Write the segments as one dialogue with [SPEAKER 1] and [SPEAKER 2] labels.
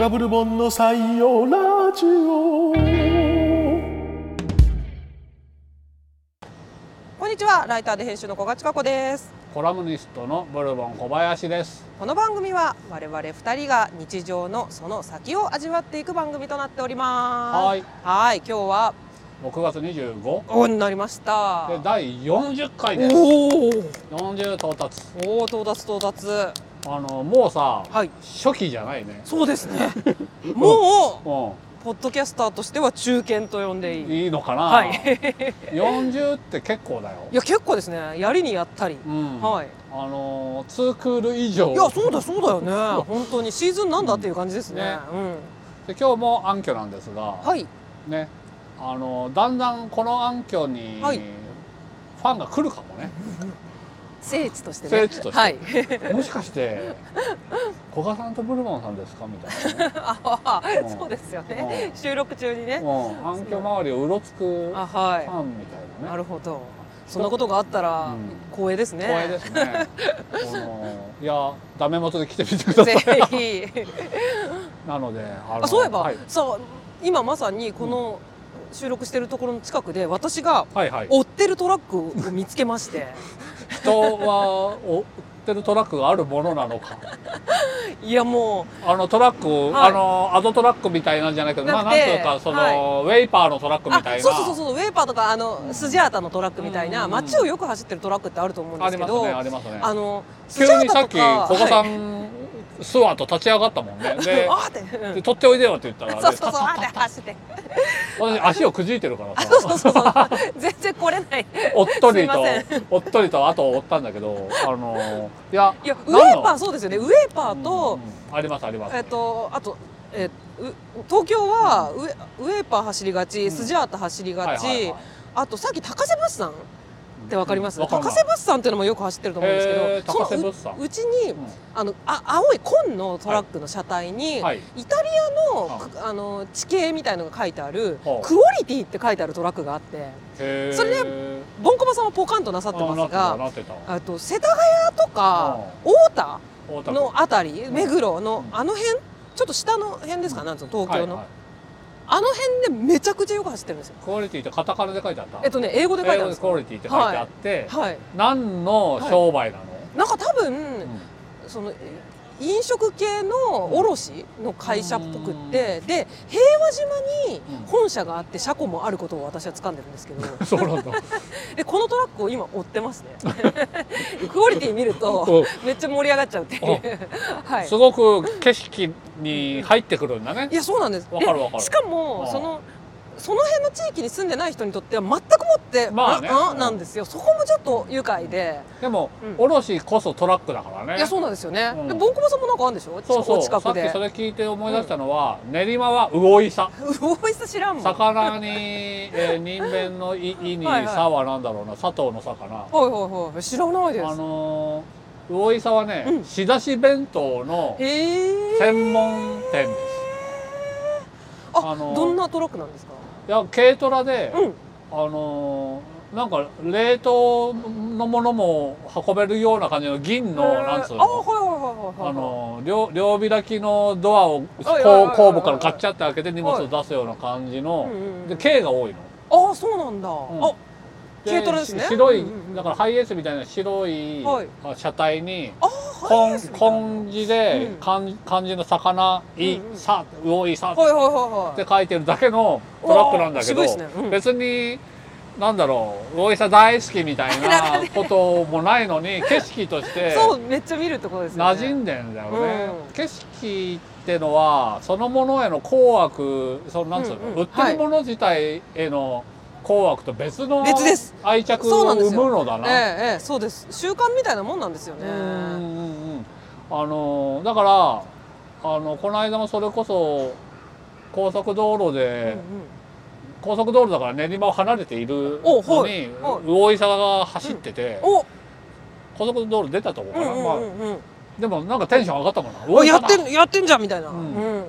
[SPEAKER 1] ダブルボンの採用ラジオ
[SPEAKER 2] こんにちはライターで編集の小賀千佳子です
[SPEAKER 3] コラムニストのブルボン小林です。
[SPEAKER 2] この番組は我々二人が日常のその先を味わっていく番組となっておりま
[SPEAKER 3] は
[SPEAKER 2] す
[SPEAKER 3] い、
[SPEAKER 2] はい今日は
[SPEAKER 3] 6月25
[SPEAKER 2] おになりました
[SPEAKER 3] で第40回です。
[SPEAKER 2] おー
[SPEAKER 3] 40到達。
[SPEAKER 2] おー到達到達
[SPEAKER 3] あのもうさ、
[SPEAKER 2] はい
[SPEAKER 3] 初期じゃないね。
[SPEAKER 2] そうです ねもう
[SPEAKER 3] う
[SPEAKER 2] ポッドキャスターとしては中堅と呼んでい
[SPEAKER 3] ん、
[SPEAKER 2] いい
[SPEAKER 3] いいのかな。
[SPEAKER 2] はい
[SPEAKER 3] 40って結構だよ。
[SPEAKER 2] や結構ですねやりにやったり、
[SPEAKER 3] うん。
[SPEAKER 2] はい
[SPEAKER 3] あのツークール以上。
[SPEAKER 2] いやそうだそうだよね本当にシーズンなんだっていう感じですね,、
[SPEAKER 3] で今日も暗渠なんですが、
[SPEAKER 2] うん、はい
[SPEAKER 3] ね、あのだんだんこの暗渠に、
[SPEAKER 2] はい
[SPEAKER 3] ファンが来るかもね。
[SPEAKER 2] 聖地としてね
[SPEAKER 3] 聖地として
[SPEAKER 2] はい
[SPEAKER 3] もしかして古賀さんとブルボンさんですかみたいなね。
[SPEAKER 2] あ
[SPEAKER 3] うん
[SPEAKER 2] そうですよね
[SPEAKER 3] う
[SPEAKER 2] 収録中にね
[SPEAKER 3] うん、反響周りをうろつくフ
[SPEAKER 2] あはい
[SPEAKER 3] ァンみたいな
[SPEAKER 2] な
[SPEAKER 3] ね、
[SPEAKER 2] るほど。そんなことがあったら
[SPEAKER 3] うん
[SPEAKER 2] 光栄ですね。
[SPEAKER 3] 光栄ですねこのいやダメ元で来てみてください
[SPEAKER 2] ぜ ひ。
[SPEAKER 3] なのであの
[SPEAKER 2] あ、そういえば、
[SPEAKER 3] はい、
[SPEAKER 2] そう今まさにこの収録してるところの近くで私が
[SPEAKER 3] はいはい
[SPEAKER 2] 追ってるトラックを見つけま して、
[SPEAKER 3] 人は追ってるトラックがあるものなのか
[SPEAKER 2] いやも
[SPEAKER 3] あのトラックを、
[SPEAKER 2] はい
[SPEAKER 3] あのアドトラックみたいなんじゃないけどまあ
[SPEAKER 2] な
[SPEAKER 3] な
[SPEAKER 2] く
[SPEAKER 3] ん
[SPEAKER 2] て
[SPEAKER 3] というかその、ウェイパーのトラック
[SPEAKER 2] う、
[SPEAKER 3] み
[SPEAKER 2] あ
[SPEAKER 3] たい、な
[SPEAKER 2] そうそうそうそう、ウェーパーとかあのスジャータのトラックみたい
[SPEAKER 3] うん
[SPEAKER 2] な
[SPEAKER 3] うんうん
[SPEAKER 2] 街をよく走ってるトラックってあると思うんで
[SPEAKER 3] あ
[SPEAKER 2] す
[SPEAKER 3] り
[SPEAKER 2] け
[SPEAKER 3] ます
[SPEAKER 2] ど、
[SPEAKER 3] ねありますね
[SPEAKER 2] あのス
[SPEAKER 3] 急
[SPEAKER 2] ジャー
[SPEAKER 3] にさ
[SPEAKER 2] タ
[SPEAKER 3] っ
[SPEAKER 2] と
[SPEAKER 3] き
[SPEAKER 2] か、
[SPEAKER 3] 古賀さ
[SPEAKER 2] はい
[SPEAKER 3] ん、スワーと立ち上がったもんねで
[SPEAKER 2] あーって、うん
[SPEAKER 3] で取っておいでよって言ったら、ね、
[SPEAKER 2] そうそうそう、あーって走って、
[SPEAKER 3] 私足をくじいてるからさ
[SPEAKER 2] そうそうそう、全然来れない。
[SPEAKER 3] おっと
[SPEAKER 2] すい
[SPEAKER 3] り
[SPEAKER 2] ま
[SPEAKER 3] と
[SPEAKER 2] せん
[SPEAKER 3] おっとりと後を追ったんだけどあのいや
[SPEAKER 2] いや、ウ
[SPEAKER 3] 何の
[SPEAKER 2] ェーパーそうですよね、ウェーパーと。
[SPEAKER 3] うんうんありますあります
[SPEAKER 2] えっと、あと、えーう東京はウェウェーパー走りがち、
[SPEAKER 3] ん
[SPEAKER 2] スジャータ走りがち、
[SPEAKER 3] はいはいはい
[SPEAKER 2] あとさっき高瀬物産ってわかります、
[SPEAKER 3] うんわかんない
[SPEAKER 2] 高瀬物産っていうのもよく走ってると思うんですけど、
[SPEAKER 3] へー高
[SPEAKER 2] そ
[SPEAKER 3] 瀬
[SPEAKER 2] のう
[SPEAKER 3] 物産
[SPEAKER 2] うちに、
[SPEAKER 3] ん
[SPEAKER 2] あのあ青い紺のトラックの車体に、
[SPEAKER 3] はい
[SPEAKER 2] イタリアの,、あの地形みたいのが書いてある、
[SPEAKER 3] はあ
[SPEAKER 2] クオリティって書いてあるトラックがあって
[SPEAKER 3] へー
[SPEAKER 2] それボンコバさんはポカンとなさって
[SPEAKER 3] あ
[SPEAKER 2] ますが。
[SPEAKER 3] なってたなって
[SPEAKER 2] あと世田谷とか太田
[SPEAKER 3] た大田区
[SPEAKER 2] のあたり目黒の
[SPEAKER 3] うん
[SPEAKER 2] あの辺ちょっと下の辺ですかなんつうの東京の、
[SPEAKER 3] はいはい
[SPEAKER 2] あの辺でめちゃくちゃよく走ってるんですよ
[SPEAKER 3] クオリティってカタカナで書いてあった
[SPEAKER 2] えっとね英語で書いてある
[SPEAKER 3] 英
[SPEAKER 2] んで
[SPEAKER 3] 語ですクオリティって書いてあって、
[SPEAKER 2] はい
[SPEAKER 3] 何の商売なの、
[SPEAKER 2] なんか多分、
[SPEAKER 3] うん
[SPEAKER 2] そのえ飲食系の卸の会社っぽくってで平和島に
[SPEAKER 3] うん
[SPEAKER 2] 本社があって車庫もあることを私は掴んでるんですけど
[SPEAKER 3] そうなん だ
[SPEAKER 2] でこのトラックを今追ってます ねクオリティ見るとめっちゃ盛り上がっちゃうっていうはい
[SPEAKER 3] すごく景色に入ってくるんだね
[SPEAKER 2] いやそうなんです
[SPEAKER 3] わかるわかる
[SPEAKER 2] でしかも
[SPEAKER 3] うん
[SPEAKER 2] そのその辺の地域に住んでない人にとっては全くもって、
[SPEAKER 3] まあね
[SPEAKER 2] ああ
[SPEAKER 3] うん
[SPEAKER 2] なんですよそこもちょっと愉快で、
[SPEAKER 3] でも、
[SPEAKER 2] うん
[SPEAKER 3] 卸こそトラックだからね
[SPEAKER 2] いやそうなんですよね、
[SPEAKER 3] うん
[SPEAKER 2] でボンコバさんもなんかあるんでしょ
[SPEAKER 3] そうそう
[SPEAKER 2] お近
[SPEAKER 3] さ
[SPEAKER 2] く
[SPEAKER 3] っき
[SPEAKER 2] で
[SPEAKER 3] それ聞いて思い出したのは、練馬は魚いさ
[SPEAKER 2] 魚いさ知らん もんはい
[SPEAKER 3] 魚に、えー、人弁のい「い」に「
[SPEAKER 2] はいはい
[SPEAKER 3] さ」はなんだろうな佐藤の「さ」かな
[SPEAKER 2] はいはい知らないです
[SPEAKER 3] あのー、魚いさはね、
[SPEAKER 2] うん
[SPEAKER 3] 仕出し弁当の
[SPEAKER 2] へえ
[SPEAKER 3] 専門店です
[SPEAKER 2] あ
[SPEAKER 3] あの
[SPEAKER 2] どんなトラックなんですか
[SPEAKER 3] いや軽トラで、
[SPEAKER 2] うん
[SPEAKER 3] あのーなんか冷凍のものも運べるような感じの銀の、
[SPEAKER 2] へー
[SPEAKER 3] なんつう
[SPEAKER 2] あは
[SPEAKER 3] の
[SPEAKER 2] いはいはいはいはい
[SPEAKER 3] あのー両両開きのドアを
[SPEAKER 2] はいはいはい
[SPEAKER 3] こう後部からカッチャって開けて荷物を出すような感じの、
[SPEAKER 2] うんうんうん
[SPEAKER 3] で軽が多いの。
[SPEAKER 2] あそうなんだ、
[SPEAKER 3] ん
[SPEAKER 2] あ軽トラですね
[SPEAKER 3] し白い、
[SPEAKER 2] うんうんうん
[SPEAKER 3] だからハイエースみたいな白い、
[SPEAKER 2] はい
[SPEAKER 3] あ車体に
[SPEAKER 2] あ
[SPEAKER 3] こ
[SPEAKER 2] ハイエー
[SPEAKER 3] ん
[SPEAKER 2] スみたいな
[SPEAKER 3] 漢字で
[SPEAKER 2] うん
[SPEAKER 3] 漢漢字の魚「い
[SPEAKER 2] うんう」ん
[SPEAKER 3] 「さ」「魚いさ」っ
[SPEAKER 2] はいはいはいはい
[SPEAKER 3] て書いてるだけのトラックなんだけど、
[SPEAKER 2] うわー渋いですねうん
[SPEAKER 3] 別になんだろう魚いさ大好きみたい なこともないのに景色として
[SPEAKER 2] そうめっちゃ見るところですよ
[SPEAKER 3] 馴
[SPEAKER 2] ね
[SPEAKER 3] 染んでんだよね、
[SPEAKER 2] うん
[SPEAKER 3] 景色ってのはそのものへの紅悪そのなんつうの、
[SPEAKER 2] うんうん
[SPEAKER 3] 売ってるもの自体への紅悪と別の
[SPEAKER 2] 別です
[SPEAKER 3] 愛着
[SPEAKER 2] そう
[SPEAKER 3] を
[SPEAKER 2] なんで
[SPEAKER 3] 生
[SPEAKER 2] すよ
[SPEAKER 3] むのだな。
[SPEAKER 2] ええええそうです習慣みたいなもんなんですよね
[SPEAKER 3] うんうんうんあのだからあのこの間もそれこそ高速道路
[SPEAKER 2] うん
[SPEAKER 3] で、
[SPEAKER 2] うん
[SPEAKER 3] 高速道路だから練馬を離れている
[SPEAKER 2] お
[SPEAKER 3] の
[SPEAKER 2] は
[SPEAKER 3] に
[SPEAKER 2] いはい
[SPEAKER 3] 魚井沢が走ってて、
[SPEAKER 2] お
[SPEAKER 3] 高速道路出たとこかな、
[SPEAKER 2] う
[SPEAKER 3] ま
[SPEAKER 2] んうんうん
[SPEAKER 3] あ、でもなんかテンション上がったもんな
[SPEAKER 2] お
[SPEAKER 3] 魚井
[SPEAKER 2] や
[SPEAKER 3] 沢
[SPEAKER 2] っ
[SPEAKER 3] だ
[SPEAKER 2] てんやってんじゃんみたいな、
[SPEAKER 3] うん
[SPEAKER 2] うん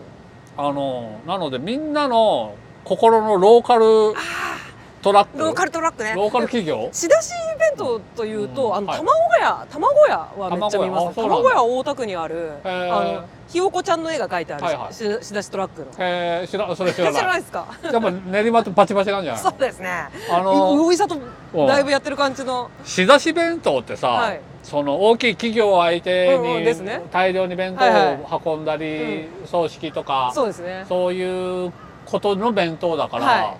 [SPEAKER 3] あのなのでみんなの心のローカルトラック
[SPEAKER 2] ローカルトラックね
[SPEAKER 3] ローカル企業
[SPEAKER 2] 仕出し弁銭湯というと、
[SPEAKER 3] うん
[SPEAKER 2] あの
[SPEAKER 3] はい
[SPEAKER 2] 卵屋卵屋はめっちゃ見ます
[SPEAKER 3] 卵屋あそうなんだ
[SPEAKER 2] 卵屋は大田区にある、
[SPEAKER 3] へー
[SPEAKER 2] あのひよこちゃんの絵が描いてある、
[SPEAKER 3] はいはい
[SPEAKER 2] し仕出しトラックの
[SPEAKER 3] えー、知らそれ知
[SPEAKER 2] 知ら
[SPEAKER 3] ら
[SPEAKER 2] な
[SPEAKER 3] ない
[SPEAKER 2] いですか
[SPEAKER 3] やっぱ練馬とバチバチなんじゃない
[SPEAKER 2] そ
[SPEAKER 3] の
[SPEAKER 2] うですね
[SPEAKER 3] あの
[SPEAKER 2] ういさとだいぶやってる感じの
[SPEAKER 3] 仕出し弁当ってさ、
[SPEAKER 2] はい
[SPEAKER 3] その大きい企業を相手
[SPEAKER 2] うんうん
[SPEAKER 3] に
[SPEAKER 2] ですね
[SPEAKER 3] 大量に弁当
[SPEAKER 2] はいは
[SPEAKER 3] を運んだり、葬式とか
[SPEAKER 2] そうですね
[SPEAKER 3] そういうことの弁当だから、
[SPEAKER 2] は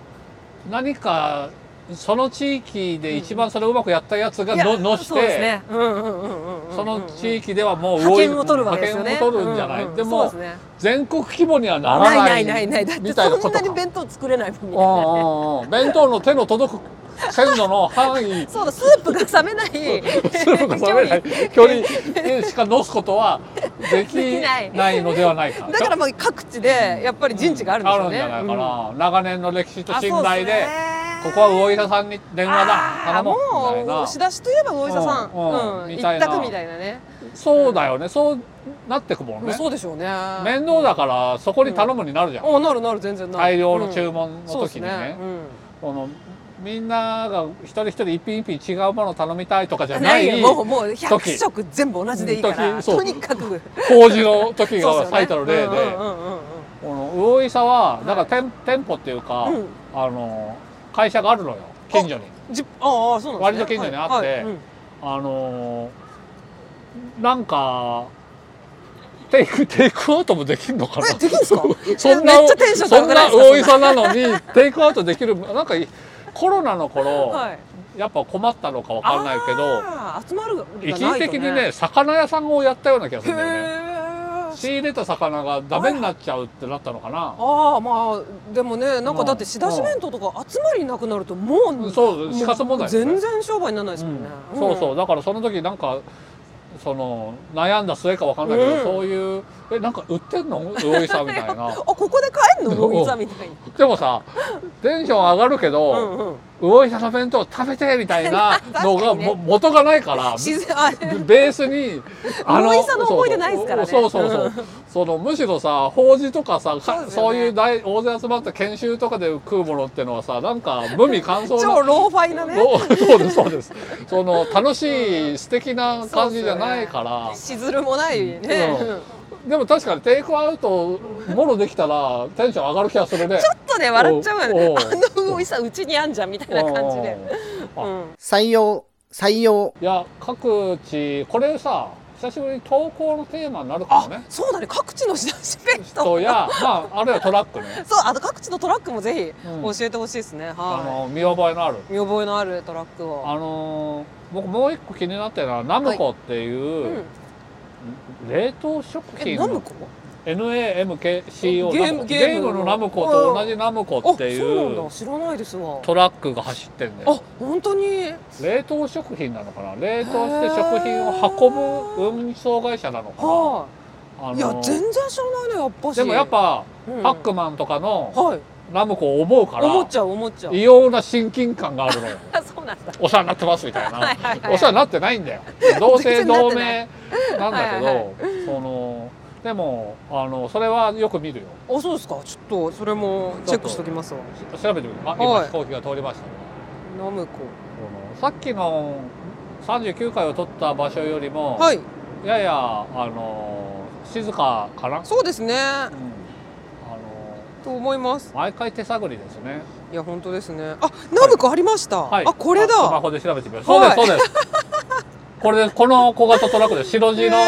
[SPEAKER 3] 何かその地域で一番それをうまくやったやつが
[SPEAKER 2] いや
[SPEAKER 3] ののして
[SPEAKER 2] そうですねうんうんうんうんうんうん
[SPEAKER 3] その地域ではもう
[SPEAKER 2] 派
[SPEAKER 3] 動い
[SPEAKER 2] 遣を取るわけですよね
[SPEAKER 3] 派遣を取るんじゃない、
[SPEAKER 2] うう
[SPEAKER 3] で
[SPEAKER 2] そう
[SPEAKER 3] も
[SPEAKER 2] すね
[SPEAKER 3] 全国規模にはなら
[SPEAKER 2] ない
[SPEAKER 3] な
[SPEAKER 2] ないいないないだって
[SPEAKER 3] みたいなこ
[SPEAKER 2] そ
[SPEAKER 3] と
[SPEAKER 2] ん
[SPEAKER 3] か
[SPEAKER 2] なに弁当作れないもんみたいな
[SPEAKER 3] うんうんうん弁当の手の届く鮮度の 範囲
[SPEAKER 2] そうだスープが冷めない
[SPEAKER 3] スープが冷めない距離しか残すことはでき
[SPEAKER 2] できない
[SPEAKER 3] ないのではないか
[SPEAKER 2] だからまあ各地でやっぱり人事があるんでしょうね。
[SPEAKER 3] あるんじゃない
[SPEAKER 2] うん
[SPEAKER 3] かな、長年の歴史と
[SPEAKER 2] あ
[SPEAKER 3] 信頼
[SPEAKER 2] そう
[SPEAKER 3] でこ
[SPEAKER 2] すね
[SPEAKER 3] こは魚井田さんに電話だ
[SPEAKER 2] あ
[SPEAKER 3] 頼
[SPEAKER 2] ーも
[SPEAKER 3] もうみたいうな
[SPEAKER 2] 押し出しといえば大井田さん、
[SPEAKER 3] うんうん
[SPEAKER 2] うん、
[SPEAKER 3] み
[SPEAKER 2] 一
[SPEAKER 3] たいな
[SPEAKER 2] 択みたいなね。
[SPEAKER 3] そうだよねそうなってくもん
[SPEAKER 2] もう
[SPEAKER 3] ね
[SPEAKER 2] そうでしょうね。
[SPEAKER 3] 面倒だからそこに頼むになるじゃん、
[SPEAKER 2] おなるなる全然なる。
[SPEAKER 3] 大量の注
[SPEAKER 2] 文
[SPEAKER 3] 文の時にね,、
[SPEAKER 2] うん
[SPEAKER 3] このみんなが一人一人一品一品違うものを頼みたいとかじゃな
[SPEAKER 2] ないいよもうもう百
[SPEAKER 3] 時
[SPEAKER 2] 食全部同じでいいから、
[SPEAKER 3] 時そう
[SPEAKER 2] とにかく
[SPEAKER 3] 法事の時
[SPEAKER 2] そう
[SPEAKER 3] が
[SPEAKER 2] ですよね
[SPEAKER 3] 最たる例で、
[SPEAKER 2] うんうんうん
[SPEAKER 3] この魚井さは
[SPEAKER 2] はい
[SPEAKER 3] だから店,、店舗っていうか、
[SPEAKER 2] うんうん
[SPEAKER 3] あの会社があるのよ近所に
[SPEAKER 2] じああそうなんですね。
[SPEAKER 3] 割と近所にあって
[SPEAKER 2] はいはいうん
[SPEAKER 3] あのなんかテイクテイクアウトもできるのかな
[SPEAKER 2] えできんすか
[SPEAKER 3] そんな
[SPEAKER 2] めっちゃテンション
[SPEAKER 3] そ
[SPEAKER 2] 高
[SPEAKER 3] ん
[SPEAKER 2] くな
[SPEAKER 3] な
[SPEAKER 2] で
[SPEAKER 3] い
[SPEAKER 2] すか
[SPEAKER 3] 魚井さなのにテイクアウトできるなんかコロナの頃、
[SPEAKER 2] はい。
[SPEAKER 3] やっぱ困ったのかわかんないけど
[SPEAKER 2] あー集まるがない
[SPEAKER 3] 一
[SPEAKER 2] と
[SPEAKER 3] 時的にね魚屋さんをやったような気がす
[SPEAKER 2] へ
[SPEAKER 3] るんだよね
[SPEAKER 2] ー
[SPEAKER 3] 仕入れた魚がダメになっちゃうってなったのかな
[SPEAKER 2] ああまあでもねなんかだって仕出し
[SPEAKER 3] うん
[SPEAKER 2] 弁当とか集まりなくなるともう
[SPEAKER 3] そう死活問題だよね
[SPEAKER 2] 全然商売にならないですもんね、
[SPEAKER 3] うんそうそう
[SPEAKER 2] う
[SPEAKER 3] だからその時なんかその悩んだ末かわかんないけど、
[SPEAKER 2] うん
[SPEAKER 3] そういうえなんか売ってんの魚井さんみたいな
[SPEAKER 2] あここで帰んの魚井さんみたいに
[SPEAKER 3] でもさテンション上がるけ
[SPEAKER 2] う
[SPEAKER 3] ど、
[SPEAKER 2] んうん
[SPEAKER 3] 魚井さんの弁当食べてみたいな の
[SPEAKER 2] 確か
[SPEAKER 3] が、
[SPEAKER 2] にね
[SPEAKER 3] も元がないから
[SPEAKER 2] 自然あ
[SPEAKER 3] ベースに
[SPEAKER 2] 魚井さんの思い出ないですからね
[SPEAKER 3] そうそうそうそうそのむしろさ法事とかさ
[SPEAKER 2] そ
[SPEAKER 3] か
[SPEAKER 2] う
[SPEAKER 3] そう,、
[SPEAKER 2] ですよね
[SPEAKER 3] いう大大勢集まった研修とかで食うものってのはさなんか無味乾燥な
[SPEAKER 2] 超ローファイなね
[SPEAKER 3] そうそうですそうですその楽しい素敵な感じじゃないから、
[SPEAKER 2] しずるもないね、
[SPEAKER 3] うん
[SPEAKER 2] うん
[SPEAKER 3] でも確かにテイクアウトもろできたらテンション上がる気がするね
[SPEAKER 2] ちょっとね笑っちゃうよね
[SPEAKER 3] おう
[SPEAKER 2] あの魚井さんうちにあんじゃんみたいな感じで、
[SPEAKER 3] うん
[SPEAKER 2] うん、
[SPEAKER 4] 採用、採用。
[SPEAKER 3] いや各地これさ久しぶりに投稿のテーマになるかもね
[SPEAKER 2] そうだね各地の仕出し弁当
[SPEAKER 3] 人や、まあ、あるいはトラックね、
[SPEAKER 2] そうあと各地のトラックもぜひ
[SPEAKER 3] うん
[SPEAKER 2] 教えてほしいですね、
[SPEAKER 3] あ
[SPEAKER 2] は
[SPEAKER 3] の見覚えのある
[SPEAKER 2] い見覚えのあるトラックを
[SPEAKER 3] あのー僕もう一個気になってるのはナムコっていう、
[SPEAKER 2] うん
[SPEAKER 3] 冷凍食
[SPEAKER 2] え
[SPEAKER 3] 品
[SPEAKER 2] ナ
[SPEAKER 3] の
[SPEAKER 2] ムコ
[SPEAKER 3] NAMKCO
[SPEAKER 2] ゲーム
[SPEAKER 3] ゲームのナムコと同じナムコ
[SPEAKER 2] あ
[SPEAKER 3] ってい
[SPEAKER 2] そうなん
[SPEAKER 3] う
[SPEAKER 2] だ知らないですわ
[SPEAKER 3] トラックが走ってんだよ
[SPEAKER 2] あ本当に
[SPEAKER 3] 冷凍食品なのかな冷凍して食品を運ぶ運送会社なのか
[SPEAKER 2] は
[SPEAKER 3] な、あの
[SPEAKER 2] いいや全然知らないねやっぱし
[SPEAKER 3] でもやっぱ
[SPEAKER 2] うん
[SPEAKER 3] パックマンとかの
[SPEAKER 2] はい
[SPEAKER 3] ナムコを思うから
[SPEAKER 2] 思っちゃう思っちゃう
[SPEAKER 3] 異様な親近感があるのよ
[SPEAKER 2] あそうなんだ
[SPEAKER 3] お世話になってますみたいな
[SPEAKER 2] はいはいはい
[SPEAKER 3] お世話になってないんだよ同姓
[SPEAKER 2] 全然なっ
[SPEAKER 3] 同
[SPEAKER 2] てな
[SPEAKER 3] 名なんだけど
[SPEAKER 2] はい は
[SPEAKER 3] そのでもあのそれはよく見るよ
[SPEAKER 2] あそうですかちょっとそれもチェックしときますわ
[SPEAKER 3] 調べてみるあ
[SPEAKER 2] は
[SPEAKER 3] 今
[SPEAKER 2] い
[SPEAKER 3] 飛行機が通りました
[SPEAKER 2] ナムコ
[SPEAKER 3] このさっきの39回を取った場所よりも、
[SPEAKER 2] はい
[SPEAKER 3] ややあの静かかな、
[SPEAKER 2] そうですね
[SPEAKER 3] うんあの
[SPEAKER 2] と思います
[SPEAKER 3] 毎回手探りですね
[SPEAKER 2] いや本当ですねあナムコありました、
[SPEAKER 3] はい
[SPEAKER 2] あこれだ
[SPEAKER 3] スマホで調べてみようそうです
[SPEAKER 2] は
[SPEAKER 3] そうです これですこの小型トラックです白地の
[SPEAKER 2] へ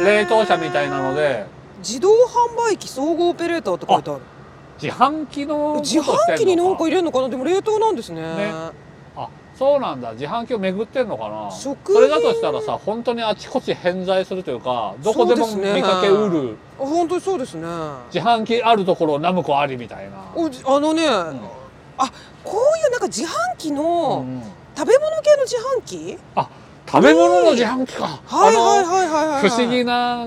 [SPEAKER 2] ー
[SPEAKER 3] 冷凍車みたいなので
[SPEAKER 2] 自動販売機総合オペレーターって書いてある
[SPEAKER 3] 自販機のことして
[SPEAKER 2] 自
[SPEAKER 3] んのか
[SPEAKER 2] 販機に何か入れるのかなでも冷凍なんですね
[SPEAKER 3] ねあそうなんだ自販機を巡ってんのかな
[SPEAKER 2] 食品
[SPEAKER 3] それだとしたらさ本当にあちこち偏在するというかどこでも
[SPEAKER 2] そうですね
[SPEAKER 3] 見かけうる
[SPEAKER 2] あ本当にそうですね
[SPEAKER 3] 自販機あるところナムコありみたいな、
[SPEAKER 2] おじあのね、
[SPEAKER 3] ん
[SPEAKER 2] こういうなんか自販機の、
[SPEAKER 3] うん
[SPEAKER 2] 食べ物系の自販機
[SPEAKER 3] 食べ物の自販機か、
[SPEAKER 2] はいはい
[SPEAKER 3] あ
[SPEAKER 2] はいはいはい、は
[SPEAKER 3] の
[SPEAKER 2] い、
[SPEAKER 3] 不思議な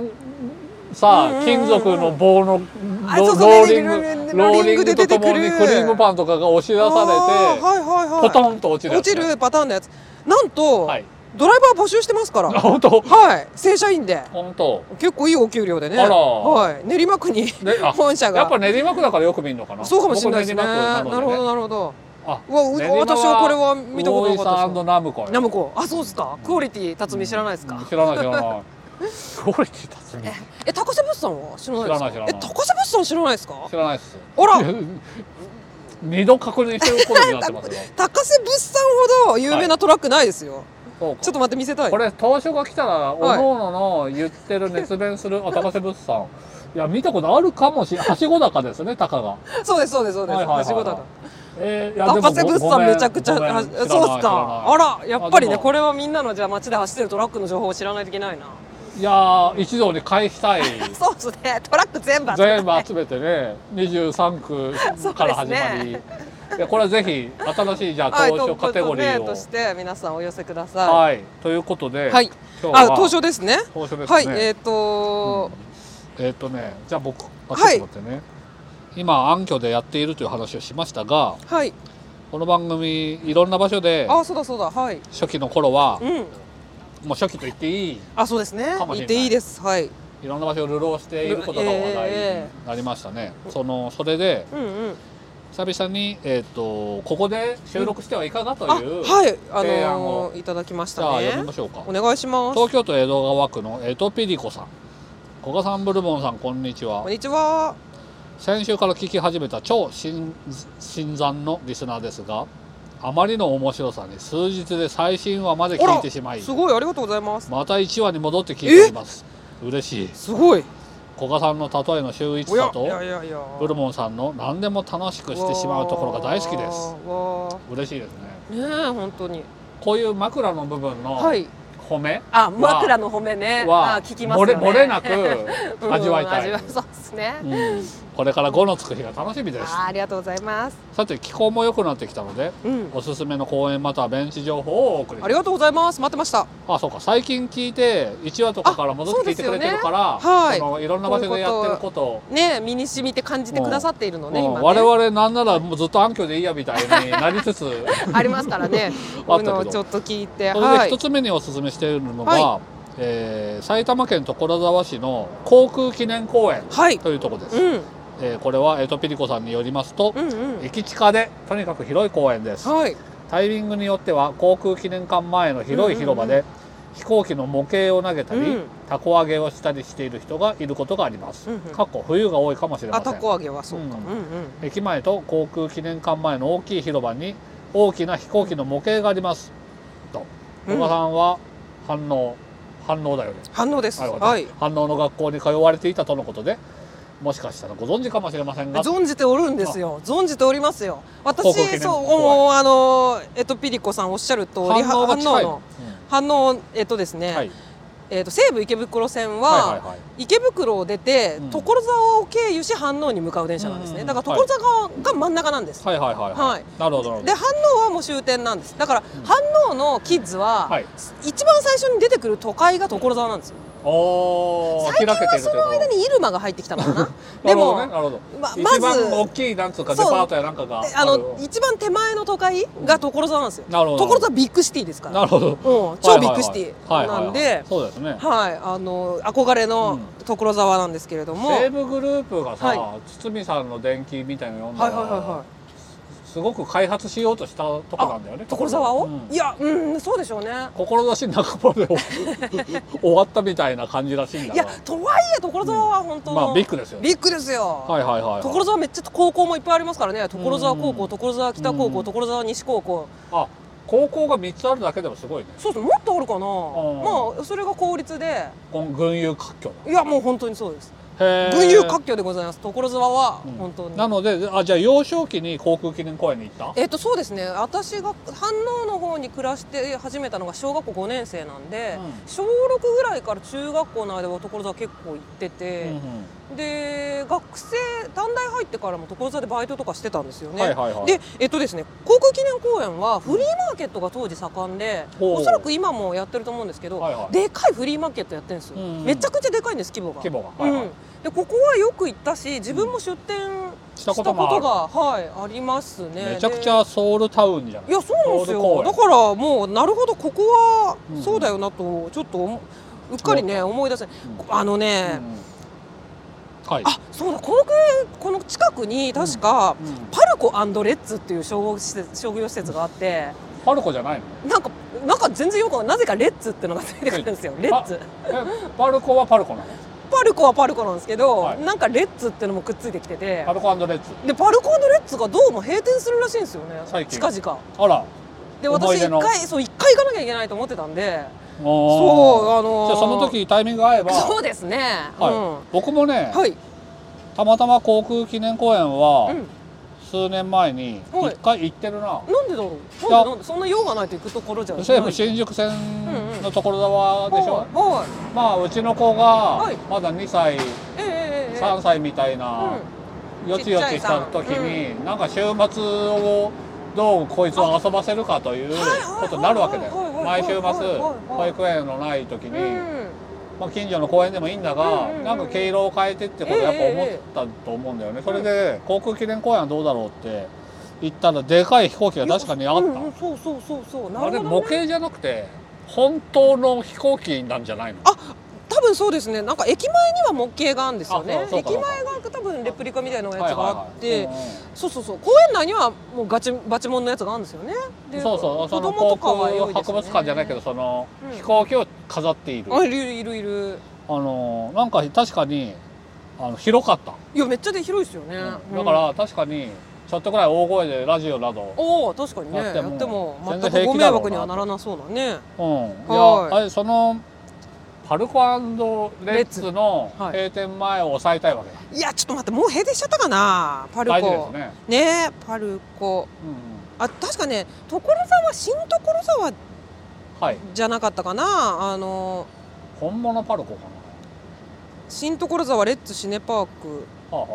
[SPEAKER 3] さ、
[SPEAKER 2] うんうんうん
[SPEAKER 3] 金属の棒のロ
[SPEAKER 2] あそうそう
[SPEAKER 3] ローリン
[SPEAKER 2] ローリン
[SPEAKER 3] グ
[SPEAKER 2] グ
[SPEAKER 3] ローリング
[SPEAKER 2] で出
[SPEAKER 3] とと
[SPEAKER 2] て
[SPEAKER 3] も
[SPEAKER 2] くる
[SPEAKER 3] にクリームパンとかが押し出さ
[SPEAKER 2] あ
[SPEAKER 3] れ
[SPEAKER 2] ー
[SPEAKER 3] て、
[SPEAKER 2] はいはいはい
[SPEAKER 3] ポトンと落ちるや
[SPEAKER 2] 落
[SPEAKER 3] つね、
[SPEAKER 2] ちるパターンのやつなんと、
[SPEAKER 3] はい
[SPEAKER 2] ドライバー募集してますから
[SPEAKER 3] あ本当
[SPEAKER 2] はい正社員で
[SPEAKER 3] 本当
[SPEAKER 2] 結構いいお給料でね
[SPEAKER 3] あら
[SPEAKER 2] はい、練馬区に
[SPEAKER 3] ねあ
[SPEAKER 2] 本社が
[SPEAKER 3] やっぱ練馬区だからよく見るのかな
[SPEAKER 2] そうかもしれないですね
[SPEAKER 3] 僕練馬
[SPEAKER 2] な
[SPEAKER 3] 区な
[SPEAKER 2] るほ
[SPEAKER 3] のでね
[SPEAKER 2] どなるほど
[SPEAKER 3] あ
[SPEAKER 2] うわう
[SPEAKER 3] 練馬
[SPEAKER 2] 私はこれは見たことなかったです
[SPEAKER 3] 魚井さんナムコよ
[SPEAKER 2] ナムコあそうっすかクオリティ辰巳知らないですか、
[SPEAKER 3] 知らない知らないクオリティ達 人
[SPEAKER 2] え高瀬物産は知らないですか
[SPEAKER 3] 知らない知らない
[SPEAKER 2] え高瀬物産知らないですか
[SPEAKER 3] 知らないっす
[SPEAKER 2] あら
[SPEAKER 3] 二度確認してることになってます よ
[SPEAKER 2] 高瀬物産ほど有名なトラックないですよ、
[SPEAKER 3] そうか
[SPEAKER 2] ちょっと待って見せたい
[SPEAKER 3] これ当初が来たらお
[SPEAKER 2] はい
[SPEAKER 3] のおのの言ってる熱弁するお高瀬物産いや見たことあるかもしれないはしご高ですね高が
[SPEAKER 2] そうですそうですそうです、
[SPEAKER 3] はいはいはい
[SPEAKER 2] はしごだか
[SPEAKER 3] えーいや
[SPEAKER 2] ら
[SPEAKER 3] でも
[SPEAKER 2] 高瀬物
[SPEAKER 3] ごめ
[SPEAKER 2] 産
[SPEAKER 3] ん
[SPEAKER 2] めちゃくちゃ
[SPEAKER 3] ごめん
[SPEAKER 2] は
[SPEAKER 3] 知らない
[SPEAKER 2] そうっす
[SPEAKER 3] 知ら
[SPEAKER 2] か
[SPEAKER 3] ない
[SPEAKER 2] あらやっぱり
[SPEAKER 3] あで
[SPEAKER 2] ね
[SPEAKER 3] も
[SPEAKER 2] これはみんなのじゃあ街で走ってるトラックの情報を知らないといけないない
[SPEAKER 3] やー一堂に会したい
[SPEAKER 2] そうっすねトラック全部集め
[SPEAKER 3] 全部集めてね23区から
[SPEAKER 2] そう
[SPEAKER 3] 始
[SPEAKER 2] で
[SPEAKER 3] ます
[SPEAKER 2] ね
[SPEAKER 3] り、いやこれはぜひ新しいじゃあ
[SPEAKER 2] はい
[SPEAKER 3] 当初カテゴリー
[SPEAKER 2] トップとし
[SPEAKER 3] を
[SPEAKER 2] て皆さんお寄せくださ
[SPEAKER 3] はいということで、
[SPEAKER 2] いはい
[SPEAKER 3] 今日
[SPEAKER 2] あ
[SPEAKER 3] は
[SPEAKER 2] 当初ですね
[SPEAKER 3] 当初ですね、
[SPEAKER 2] はいえっ、と
[SPEAKER 3] えっ、とねじゃあ僕あ
[SPEAKER 2] はい
[SPEAKER 3] ちょっと待ってね、今暗渠でやっているという話をしましたが
[SPEAKER 2] はい
[SPEAKER 3] この番組いろんな場所で
[SPEAKER 2] あそうだそうだはい
[SPEAKER 3] 初期の頃は
[SPEAKER 2] うん
[SPEAKER 3] もう初期と言っていい
[SPEAKER 2] あそうですね
[SPEAKER 3] かもしれな
[SPEAKER 2] 言っ
[SPEAKER 3] い
[SPEAKER 2] ていいですはい
[SPEAKER 3] いろんな場所を流浪していることが話題になりましたね、そのそれで
[SPEAKER 2] うんうん
[SPEAKER 3] 久々に、えっとここで収録してはいかがと
[SPEAKER 2] あ
[SPEAKER 3] いう、
[SPEAKER 2] はいあ
[SPEAKER 3] 提案を
[SPEAKER 2] のーいただきまし
[SPEAKER 3] じゃ
[SPEAKER 2] た
[SPEAKER 3] あ読み
[SPEAKER 2] ね
[SPEAKER 3] ましょうか
[SPEAKER 2] お願いします
[SPEAKER 3] 東京都江戸川区のエトピリコさん古賀さんブルボンさんこんにちは
[SPEAKER 2] こんにちは
[SPEAKER 3] 先週から聞き始めた超新新参のリスナーですがあまりの面白さに数日で最新話まで聞いてしまい
[SPEAKER 2] すごいありがとうございます
[SPEAKER 3] また1話に戻って聞いています嬉しい
[SPEAKER 2] すごい
[SPEAKER 3] 古賀さんの例えの秀逸
[SPEAKER 2] おや
[SPEAKER 3] さと
[SPEAKER 2] いやいやいや
[SPEAKER 3] ブルボンさんの何でも楽しくしてしまうところが大好きで
[SPEAKER 2] わ
[SPEAKER 3] す
[SPEAKER 2] あわ
[SPEAKER 3] 嬉しいですね
[SPEAKER 2] あねえ本当に
[SPEAKER 3] こういう枕の部分の
[SPEAKER 2] はい
[SPEAKER 3] 褒め
[SPEAKER 2] あ枕の褒めね
[SPEAKER 3] は
[SPEAKER 2] あ聞きますよね
[SPEAKER 3] 漏れ漏れなく味わい
[SPEAKER 2] うん
[SPEAKER 3] た
[SPEAKER 2] 味
[SPEAKER 3] い
[SPEAKER 2] わそうですね
[SPEAKER 3] うんこれから5のつく日が楽しみです
[SPEAKER 2] あーありがとうございます
[SPEAKER 3] さて気候も良くなってきたので
[SPEAKER 2] うん
[SPEAKER 3] おすすめの公園またはベンチ情報をお送り
[SPEAKER 2] ありがとうございます待ってました
[SPEAKER 3] あそうか最近聞いて1話とかから戻って聞いてくれてるから
[SPEAKER 2] あそうですよねはい
[SPEAKER 3] そのいろんな場所でやってることを
[SPEAKER 2] ねえ身に染みて感じてくださっているのね
[SPEAKER 3] うん
[SPEAKER 2] 今ね
[SPEAKER 3] 我々なんならもうずっと暗渠でいいやみたいになり つつ
[SPEAKER 2] ありますからね
[SPEAKER 3] あっ
[SPEAKER 2] こうい
[SPEAKER 3] たけ
[SPEAKER 2] う
[SPEAKER 3] ど
[SPEAKER 2] のをちょっと聞いて
[SPEAKER 3] それ
[SPEAKER 2] は
[SPEAKER 3] で
[SPEAKER 2] い
[SPEAKER 3] 一つ目におすすめしているのが、
[SPEAKER 2] は
[SPEAKER 3] えー埼玉県所沢市の航空記念公園
[SPEAKER 2] はい
[SPEAKER 3] というとこです、
[SPEAKER 2] うん
[SPEAKER 3] えーこれはエトピリコさんによりますと、
[SPEAKER 2] うんうん
[SPEAKER 3] 駅地下でとにかく広い公園です
[SPEAKER 2] はい
[SPEAKER 3] タイミングによっては航空記念館前の広い広場で、飛行機の模型を投げたり、
[SPEAKER 2] うん
[SPEAKER 3] たこ揚げをしたりしている人がいることがあります、
[SPEAKER 2] うんうん
[SPEAKER 3] かっこ冬が多いかもしれ
[SPEAKER 2] あ
[SPEAKER 3] ませ
[SPEAKER 2] た
[SPEAKER 3] ん
[SPEAKER 2] こ揚げはそうか
[SPEAKER 3] う
[SPEAKER 2] うんんうん
[SPEAKER 3] 駅前と航空記念館前の大きい広場に大きな飛行機の模型がありますと
[SPEAKER 2] うん
[SPEAKER 3] 小川さんは反応反応だよね
[SPEAKER 2] 反応です
[SPEAKER 3] あよかった
[SPEAKER 2] はい
[SPEAKER 3] 反応の学校に通われていたとのことでもしかしたらご存知かもしれませんが
[SPEAKER 2] 存じておるんですよ存じておりますよ
[SPEAKER 3] 広告記
[SPEAKER 2] 私
[SPEAKER 3] 念
[SPEAKER 2] そう
[SPEAKER 3] 公園
[SPEAKER 2] もうあのえっとピリコさんおっしゃる通り
[SPEAKER 3] 反応が近い、
[SPEAKER 2] の
[SPEAKER 3] う
[SPEAKER 2] 反応えっとです
[SPEAKER 3] んは
[SPEAKER 2] ね
[SPEAKER 3] い
[SPEAKER 2] えっと西武池袋線
[SPEAKER 3] はいはい
[SPEAKER 2] は
[SPEAKER 3] はい
[SPEAKER 2] 池袋を出て
[SPEAKER 3] うん
[SPEAKER 2] 所沢を経由し反応に向かう電車なんです
[SPEAKER 3] う
[SPEAKER 2] ね
[SPEAKER 3] ん
[SPEAKER 2] だから所沢が真ん中なんです
[SPEAKER 3] はいはいはい
[SPEAKER 2] はい
[SPEAKER 3] なるほどなるほ
[SPEAKER 2] で
[SPEAKER 3] ど
[SPEAKER 2] 反応はもう終点なんですだから
[SPEAKER 3] ん
[SPEAKER 2] 反応のキッズは
[SPEAKER 3] はい
[SPEAKER 2] 一番最初に出てくる都会が所沢なんですよ
[SPEAKER 3] おー開けてる
[SPEAKER 2] その間に入間が入ってきたのかな
[SPEAKER 3] な
[SPEAKER 2] で
[SPEAKER 3] るほどね
[SPEAKER 2] も
[SPEAKER 3] なるほど
[SPEAKER 2] ま
[SPEAKER 3] 一
[SPEAKER 2] まず
[SPEAKER 3] 番大きいなんつうかデ
[SPEAKER 2] そう
[SPEAKER 3] パートやなんかが
[SPEAKER 2] であ
[SPEAKER 3] る
[SPEAKER 2] の一番手前の都会が所沢なんですよ
[SPEAKER 3] なるほど
[SPEAKER 2] 所沢ビッグシティですから
[SPEAKER 3] なるほど
[SPEAKER 2] うん、超ビッグシテ
[SPEAKER 3] は
[SPEAKER 2] ィ
[SPEAKER 3] いはいは
[SPEAKER 2] なん
[SPEAKER 3] いはいはいは
[SPEAKER 2] で
[SPEAKER 3] い、そうですね
[SPEAKER 2] はい、あの憧れの所沢なんですけれども、はい
[SPEAKER 3] 西武グループがさ、
[SPEAKER 2] は
[SPEAKER 3] 堤さんの電気みたいなの読んだ
[SPEAKER 2] はい
[SPEAKER 3] ら、
[SPEAKER 2] はいは
[SPEAKER 3] すごく開発しようとしたとこなんだよね
[SPEAKER 2] い。所沢を、
[SPEAKER 3] うん
[SPEAKER 2] いや、うん、そうでしょうね。
[SPEAKER 3] 志半ばで 終わったみたいな感じらしいんだ
[SPEAKER 2] い
[SPEAKER 3] が
[SPEAKER 2] や、とはいえ所沢は本当、
[SPEAKER 3] まあビッグですよね
[SPEAKER 2] ビッグですよ。
[SPEAKER 3] はいはいはいはい
[SPEAKER 2] 所沢めっちゃ高校もいっぱいありますからね。所沢高
[SPEAKER 3] う
[SPEAKER 2] 校、
[SPEAKER 3] ん
[SPEAKER 2] 所沢北高
[SPEAKER 3] うん
[SPEAKER 2] 校、所沢西高校。
[SPEAKER 3] あ高校が3つあるだけでもすごいね
[SPEAKER 2] そうそう、もっとあるか
[SPEAKER 3] ん
[SPEAKER 2] な。まあそれが公立で、
[SPEAKER 3] この群雄割拠
[SPEAKER 2] いやもう本当にそうです。
[SPEAKER 3] だへー
[SPEAKER 2] 群雄割拠でございます。所沢は
[SPEAKER 3] うん
[SPEAKER 2] 本当に。
[SPEAKER 3] なのであじゃあ幼少期に航空記念公園に行った
[SPEAKER 2] えっとそうですね私が反応の方に暮らして始めたのが小学校5年生なんで、
[SPEAKER 3] うん
[SPEAKER 2] 小6ぐらいから中学校の間は所沢結構行って
[SPEAKER 3] うんう
[SPEAKER 2] て
[SPEAKER 3] ん、
[SPEAKER 2] で学生短大入ってからも所沢でバイトとかしてたんですよね、
[SPEAKER 3] はいはいはい
[SPEAKER 2] でえっとですね航空記念公園はフリーマーケットが当時盛んで、
[SPEAKER 3] ほう
[SPEAKER 2] おそらく今もやってると思うんですけど、
[SPEAKER 3] はいはい
[SPEAKER 2] でかいフリーマーケットやってるんですよ、
[SPEAKER 3] うんうん
[SPEAKER 2] めちゃくちゃでかいんです規模が
[SPEAKER 3] 規模がはいはい
[SPEAKER 2] うん、でここはよく行ったし自分も出店
[SPEAKER 3] し
[SPEAKER 2] したたこと
[SPEAKER 3] こ
[SPEAKER 2] と
[SPEAKER 3] もある
[SPEAKER 2] が、はい、ありますね
[SPEAKER 3] めちゃくち
[SPEAKER 2] で
[SPEAKER 3] ゃソウルタウンじゃない
[SPEAKER 2] いやそうなんです
[SPEAKER 3] ソウル公
[SPEAKER 2] よ
[SPEAKER 3] 園
[SPEAKER 2] だからもうなるほどここは
[SPEAKER 3] うん
[SPEAKER 2] そうだよなとちょっと思ううっかりね思い出せない
[SPEAKER 3] うん
[SPEAKER 2] あのね、
[SPEAKER 3] うんはい
[SPEAKER 2] あそうだ航空この近くに確か、
[SPEAKER 3] うん
[SPEAKER 2] パルコレッツっていう商業施設商業施設があって
[SPEAKER 3] パルコじゃないの
[SPEAKER 2] なんかなんか全然よくわかんないなぜかレッツってのがついてくるんですよレッツ
[SPEAKER 3] えパルコはパルコなの
[SPEAKER 2] パルコはパルコなんですけど、
[SPEAKER 3] はい
[SPEAKER 2] なんかレッツってのもくっついてきてて
[SPEAKER 3] パルコレッツ
[SPEAKER 2] でパルコレッツがどうも閉店するらしいんですよね
[SPEAKER 3] 最近
[SPEAKER 2] 近々
[SPEAKER 3] あら
[SPEAKER 2] で
[SPEAKER 3] 思い
[SPEAKER 2] 私
[SPEAKER 3] 出
[SPEAKER 2] 一
[SPEAKER 3] の
[SPEAKER 2] 回そう一回行かなきゃいけないと思ってたんで
[SPEAKER 3] お
[SPEAKER 2] そう
[SPEAKER 3] ー
[SPEAKER 2] あのー
[SPEAKER 3] じゃあその時タイミング合えば
[SPEAKER 2] そうですね
[SPEAKER 3] はい僕もね
[SPEAKER 2] うん、はい
[SPEAKER 3] たまたま航空記念公園
[SPEAKER 2] う
[SPEAKER 3] は
[SPEAKER 2] ん
[SPEAKER 3] 数年前に
[SPEAKER 2] はい
[SPEAKER 3] 一回行ってるな
[SPEAKER 2] なんでだろう
[SPEAKER 3] い
[SPEAKER 2] なん
[SPEAKER 3] や
[SPEAKER 2] でなんでそんな用がないと行くところじゃない
[SPEAKER 3] 西武新宿線の所沢でしょ
[SPEAKER 2] はいはい
[SPEAKER 3] まあうちの子
[SPEAKER 2] は
[SPEAKER 3] が
[SPEAKER 2] い
[SPEAKER 3] まだ2
[SPEAKER 2] え
[SPEAKER 3] 歳
[SPEAKER 2] えええええ
[SPEAKER 3] 3歳みたいなよちよちした時
[SPEAKER 2] ち
[SPEAKER 3] になんか週末をどうこいつを遊ばせるかということになるわけだよ
[SPEAKER 2] はいはいは
[SPEAKER 3] 毎
[SPEAKER 2] い
[SPEAKER 3] 週末
[SPEAKER 2] はいはいはい
[SPEAKER 3] 保育園のない時
[SPEAKER 2] うんうん
[SPEAKER 3] に、まあ、近所の公園でもいいんだ
[SPEAKER 2] う
[SPEAKER 3] が
[SPEAKER 2] んうんうん
[SPEAKER 3] なんか毛色を変えてってことをやっぱ思ったと思うんだよねそれで航空記念公園はどうだろうって行ったらでかい飛行機が確かにあっ
[SPEAKER 2] うんうんそうそうそうそう
[SPEAKER 3] た
[SPEAKER 2] な
[SPEAKER 3] あれ
[SPEAKER 2] るほど、ね、
[SPEAKER 3] 模型じゃなくて本当の飛行機なんじゃないの
[SPEAKER 2] 多分そうですねなんか駅前には模型があるんですよね
[SPEAKER 3] あそう
[SPEAKER 2] 駅
[SPEAKER 3] かそう
[SPEAKER 2] 前が
[SPEAKER 3] か
[SPEAKER 2] 多分レプリカみたいなやつ
[SPEAKER 3] はい
[SPEAKER 2] があ
[SPEAKER 3] は
[SPEAKER 2] っ
[SPEAKER 3] い
[SPEAKER 2] て、
[SPEAKER 3] はいうん
[SPEAKER 2] そうそうそう公園内にはもうガチバチモンのやつがあるんですよねで
[SPEAKER 3] そうそう、そ
[SPEAKER 2] 子
[SPEAKER 3] の
[SPEAKER 2] 供と
[SPEAKER 3] 航
[SPEAKER 2] か
[SPEAKER 3] 空
[SPEAKER 2] は良いですよ
[SPEAKER 3] 博
[SPEAKER 2] ね
[SPEAKER 3] 物館じゃないけど、その
[SPEAKER 2] うん
[SPEAKER 3] 飛行機を飾っている。
[SPEAKER 2] あいるいるいるいる
[SPEAKER 3] あの、なんか確かに、あの広かった。
[SPEAKER 2] いやめっちゃで広いですよね、うん
[SPEAKER 3] だから、確かに、ちょっとぐらい大声でラジオなど。
[SPEAKER 2] おお確かにね
[SPEAKER 3] や
[SPEAKER 2] や
[SPEAKER 3] っ
[SPEAKER 2] ってて
[SPEAKER 3] も
[SPEAKER 2] も
[SPEAKER 3] 全然
[SPEAKER 2] 全
[SPEAKER 3] 平
[SPEAKER 2] く
[SPEAKER 3] 気
[SPEAKER 2] ご
[SPEAKER 3] だ
[SPEAKER 2] 迷惑
[SPEAKER 3] ろうな
[SPEAKER 2] にはならなそうなね
[SPEAKER 3] うん、い
[SPEAKER 2] は
[SPEAKER 3] や
[SPEAKER 2] い、
[SPEAKER 3] あれ、その。パルコレッツの
[SPEAKER 2] はい
[SPEAKER 3] 閉店前を抑えたいわけだ。
[SPEAKER 2] いやちょっと待ってもう閉店しちゃったかなパル
[SPEAKER 3] 大事で
[SPEAKER 2] コ
[SPEAKER 3] すね。
[SPEAKER 2] ねえパルコ
[SPEAKER 3] うんうん、
[SPEAKER 2] あ確かね所沢新所沢
[SPEAKER 3] はい、
[SPEAKER 2] じゃなかったかなあの
[SPEAKER 3] 本物パルコかな。
[SPEAKER 2] 新所沢レッツシネパーク
[SPEAKER 3] はあは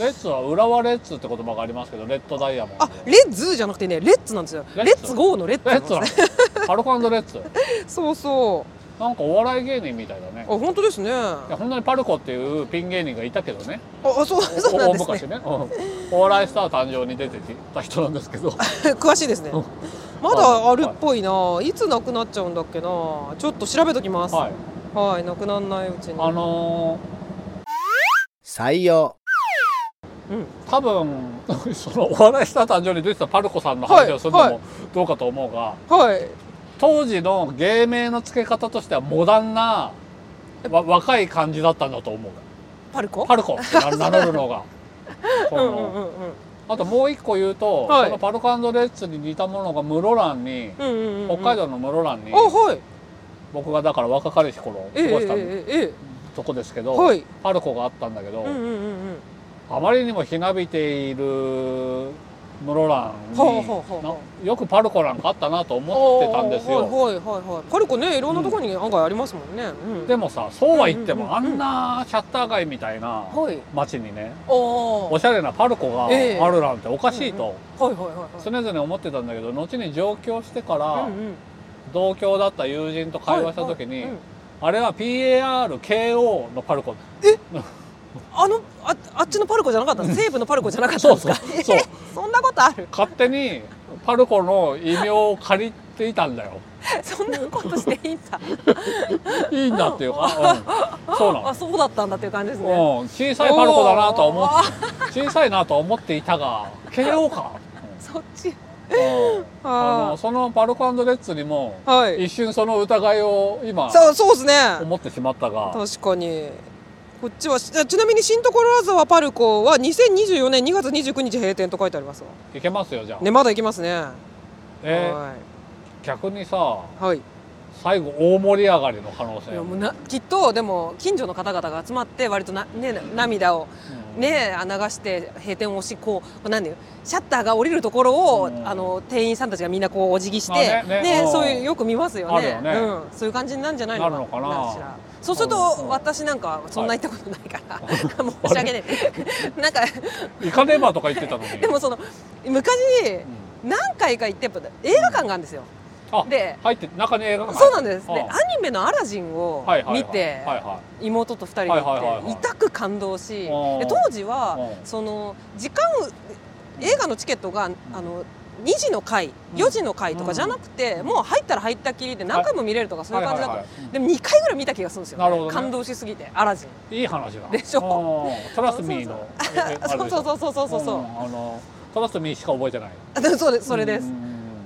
[SPEAKER 3] あ、レッツは浦和レッツって言葉がありますけど、レッドダイヤモンド。
[SPEAKER 2] あレッズじゃなくてねレッツなんですよ
[SPEAKER 3] レ
[SPEAKER 2] レ
[SPEAKER 3] ッ
[SPEAKER 2] ッ
[SPEAKER 3] ツ
[SPEAKER 2] ツゴーのレッツ
[SPEAKER 3] レ
[SPEAKER 2] な
[SPEAKER 3] ッ
[SPEAKER 2] んで
[SPEAKER 3] ツ
[SPEAKER 2] す
[SPEAKER 3] な
[SPEAKER 2] ね
[SPEAKER 3] の。パルコレッツ。
[SPEAKER 2] そうそう
[SPEAKER 3] なんかお笑い芸人みたいだね
[SPEAKER 2] あ。本当ですね
[SPEAKER 3] いや
[SPEAKER 2] あ
[SPEAKER 3] 本当にパルコっていうピン芸人がいたけどね
[SPEAKER 2] あ そう
[SPEAKER 3] お
[SPEAKER 2] そうなんです
[SPEAKER 3] 大昔
[SPEAKER 2] ね
[SPEAKER 3] ね、うんお笑いスター誕生に出てきた人なんですけ ど
[SPEAKER 2] 詳しいですね
[SPEAKER 3] うん
[SPEAKER 2] まだあるっぽいないつなくなっちゃうんだっけなちょっと調べときます
[SPEAKER 3] はい
[SPEAKER 2] はいなくならないうちに
[SPEAKER 3] あの
[SPEAKER 4] 採用
[SPEAKER 2] うん
[SPEAKER 3] ー多分 そのお笑いスター誕生に出てたパルコさんの話をするの
[SPEAKER 2] はいは
[SPEAKER 3] もどうかと思うが、
[SPEAKER 2] はい
[SPEAKER 3] 当時の芸名の付け方としてはモダンなわ若い感じだったんだと思う
[SPEAKER 2] パルコ
[SPEAKER 3] パルコって な名乗るのが。そ
[SPEAKER 2] うんうん
[SPEAKER 3] の
[SPEAKER 2] うんうん
[SPEAKER 3] あともう一個言うと、
[SPEAKER 2] はい
[SPEAKER 3] そのパルコレッツに似たものが室蘭に、
[SPEAKER 2] うんうんうんうん
[SPEAKER 3] 北海道の室蘭に
[SPEAKER 2] あはい
[SPEAKER 3] 僕がだから若かりし頃
[SPEAKER 2] え
[SPEAKER 3] 過
[SPEAKER 2] え
[SPEAKER 3] ごした
[SPEAKER 2] えええ
[SPEAKER 3] とこですけ
[SPEAKER 2] え
[SPEAKER 3] ど、
[SPEAKER 2] はい
[SPEAKER 3] パルコがあったんだけど、
[SPEAKER 2] うんうんうんうん
[SPEAKER 3] あまりにもひなびている室蘭に、
[SPEAKER 2] ほうほうほうほ
[SPEAKER 3] なよくパルコなんかあったなと思ってたんですよ。
[SPEAKER 2] はいはいはいはいパルコねいろんなところに案外ありますもんねうん
[SPEAKER 3] でもさそうは言っても、
[SPEAKER 2] うんうんうん
[SPEAKER 3] あんなシャッター街みたいな
[SPEAKER 2] はい
[SPEAKER 3] 街にね
[SPEAKER 2] お
[SPEAKER 3] おしゃれなパルコがあ
[SPEAKER 2] ええ
[SPEAKER 3] るなんておかしいと
[SPEAKER 2] はいはいはいはい
[SPEAKER 3] 常々思ってたんだけど後に上京してか
[SPEAKER 2] う
[SPEAKER 3] ら
[SPEAKER 2] んうん
[SPEAKER 3] 同居だった友人と会話した時に
[SPEAKER 2] はいはいうん
[SPEAKER 3] あれは PARKO のパルコ
[SPEAKER 2] あのああっちのパルコじゃなかった西部のパルコじゃなかったんですか
[SPEAKER 3] そうそうそ う
[SPEAKER 2] えそんなことあ る
[SPEAKER 3] 勝手にパルコの異名を借りていたんだよ
[SPEAKER 2] そんなことしていいんだ
[SPEAKER 3] いいんだっていうか、うんそうな
[SPEAKER 2] あ
[SPEAKER 3] の、
[SPEAKER 2] そうだったんだっていう感じです
[SPEAKER 3] う
[SPEAKER 2] ね
[SPEAKER 3] ん、小さいパルコだなとは
[SPEAKER 2] お
[SPEAKER 3] 思っ
[SPEAKER 2] ー
[SPEAKER 3] 小さいなとは思っていたが KO か、
[SPEAKER 2] そっち
[SPEAKER 3] うんうんあの
[SPEAKER 2] あ
[SPEAKER 3] そのパルコレッツにも
[SPEAKER 2] あはい
[SPEAKER 3] 一瞬その疑いを今
[SPEAKER 2] そうそうですね
[SPEAKER 3] 思ってしまったが
[SPEAKER 2] 確かにこっちはあちなみに新所沢パルコは2024年2月29日閉店と書いてありますわ
[SPEAKER 3] いけますよじゃあ、
[SPEAKER 2] ねまだ行きますね
[SPEAKER 3] えー
[SPEAKER 2] は
[SPEAKER 3] 逆にさ
[SPEAKER 2] いはい
[SPEAKER 3] 最後大盛り上がりの可能性
[SPEAKER 2] いやもうなきっとでも近所の方々が集まって割とな、ね、涙を、
[SPEAKER 3] うん
[SPEAKER 2] ね、流して閉店をしこうなんでシャッターが降りるところを、
[SPEAKER 3] うん
[SPEAKER 2] あの店員さんたちがみんなこうお辞儀して、
[SPEAKER 3] まあ
[SPEAKER 2] ね
[SPEAKER 3] ねねうん
[SPEAKER 2] そういうよく見ますよね
[SPEAKER 3] あるよね
[SPEAKER 2] うん、そういう感じになんじゃないの
[SPEAKER 3] なるのかなん
[SPEAKER 2] しらそうすると
[SPEAKER 3] うん
[SPEAKER 2] 私なんかそんな行ったことないから、 申し訳ない なんか
[SPEAKER 3] 行かねばとか言ってたのに
[SPEAKER 2] でもその昔
[SPEAKER 3] う
[SPEAKER 2] 何回か行ってやっぱ映画館があるんですよ。
[SPEAKER 3] んあ
[SPEAKER 2] で
[SPEAKER 3] 入って中に映画が
[SPEAKER 2] そうなんです、で
[SPEAKER 3] あ
[SPEAKER 2] アニメの「アラジン」を
[SPEAKER 3] はいはいはい
[SPEAKER 2] 見て
[SPEAKER 3] はいは
[SPEAKER 2] 妹と二人で
[SPEAKER 3] はいはいはい
[SPEAKER 2] 行
[SPEAKER 3] はい
[SPEAKER 2] って痛く感動しで
[SPEAKER 3] うん
[SPEAKER 2] 当時は
[SPEAKER 3] うん
[SPEAKER 2] その時間を映画のチケットがあの2時の回4時の回とかじゃなくて、もう入ったら入ったきりで何回も見れるとかそういう感じだと、
[SPEAKER 1] はいはい
[SPEAKER 2] でも2回ぐらい見た気がするんですよ、
[SPEAKER 3] なるほどね
[SPEAKER 2] 感動しすぎてアラジン
[SPEAKER 3] いい話だ
[SPEAKER 2] でしょ
[SPEAKER 3] うんトラスミーのええ あれ
[SPEAKER 2] そう
[SPEAKER 3] でしょ
[SPEAKER 2] そうそうそうそうそうそう、
[SPEAKER 3] んあのトラスミーしか覚えてない
[SPEAKER 2] あでそうですそれです、
[SPEAKER 3] うん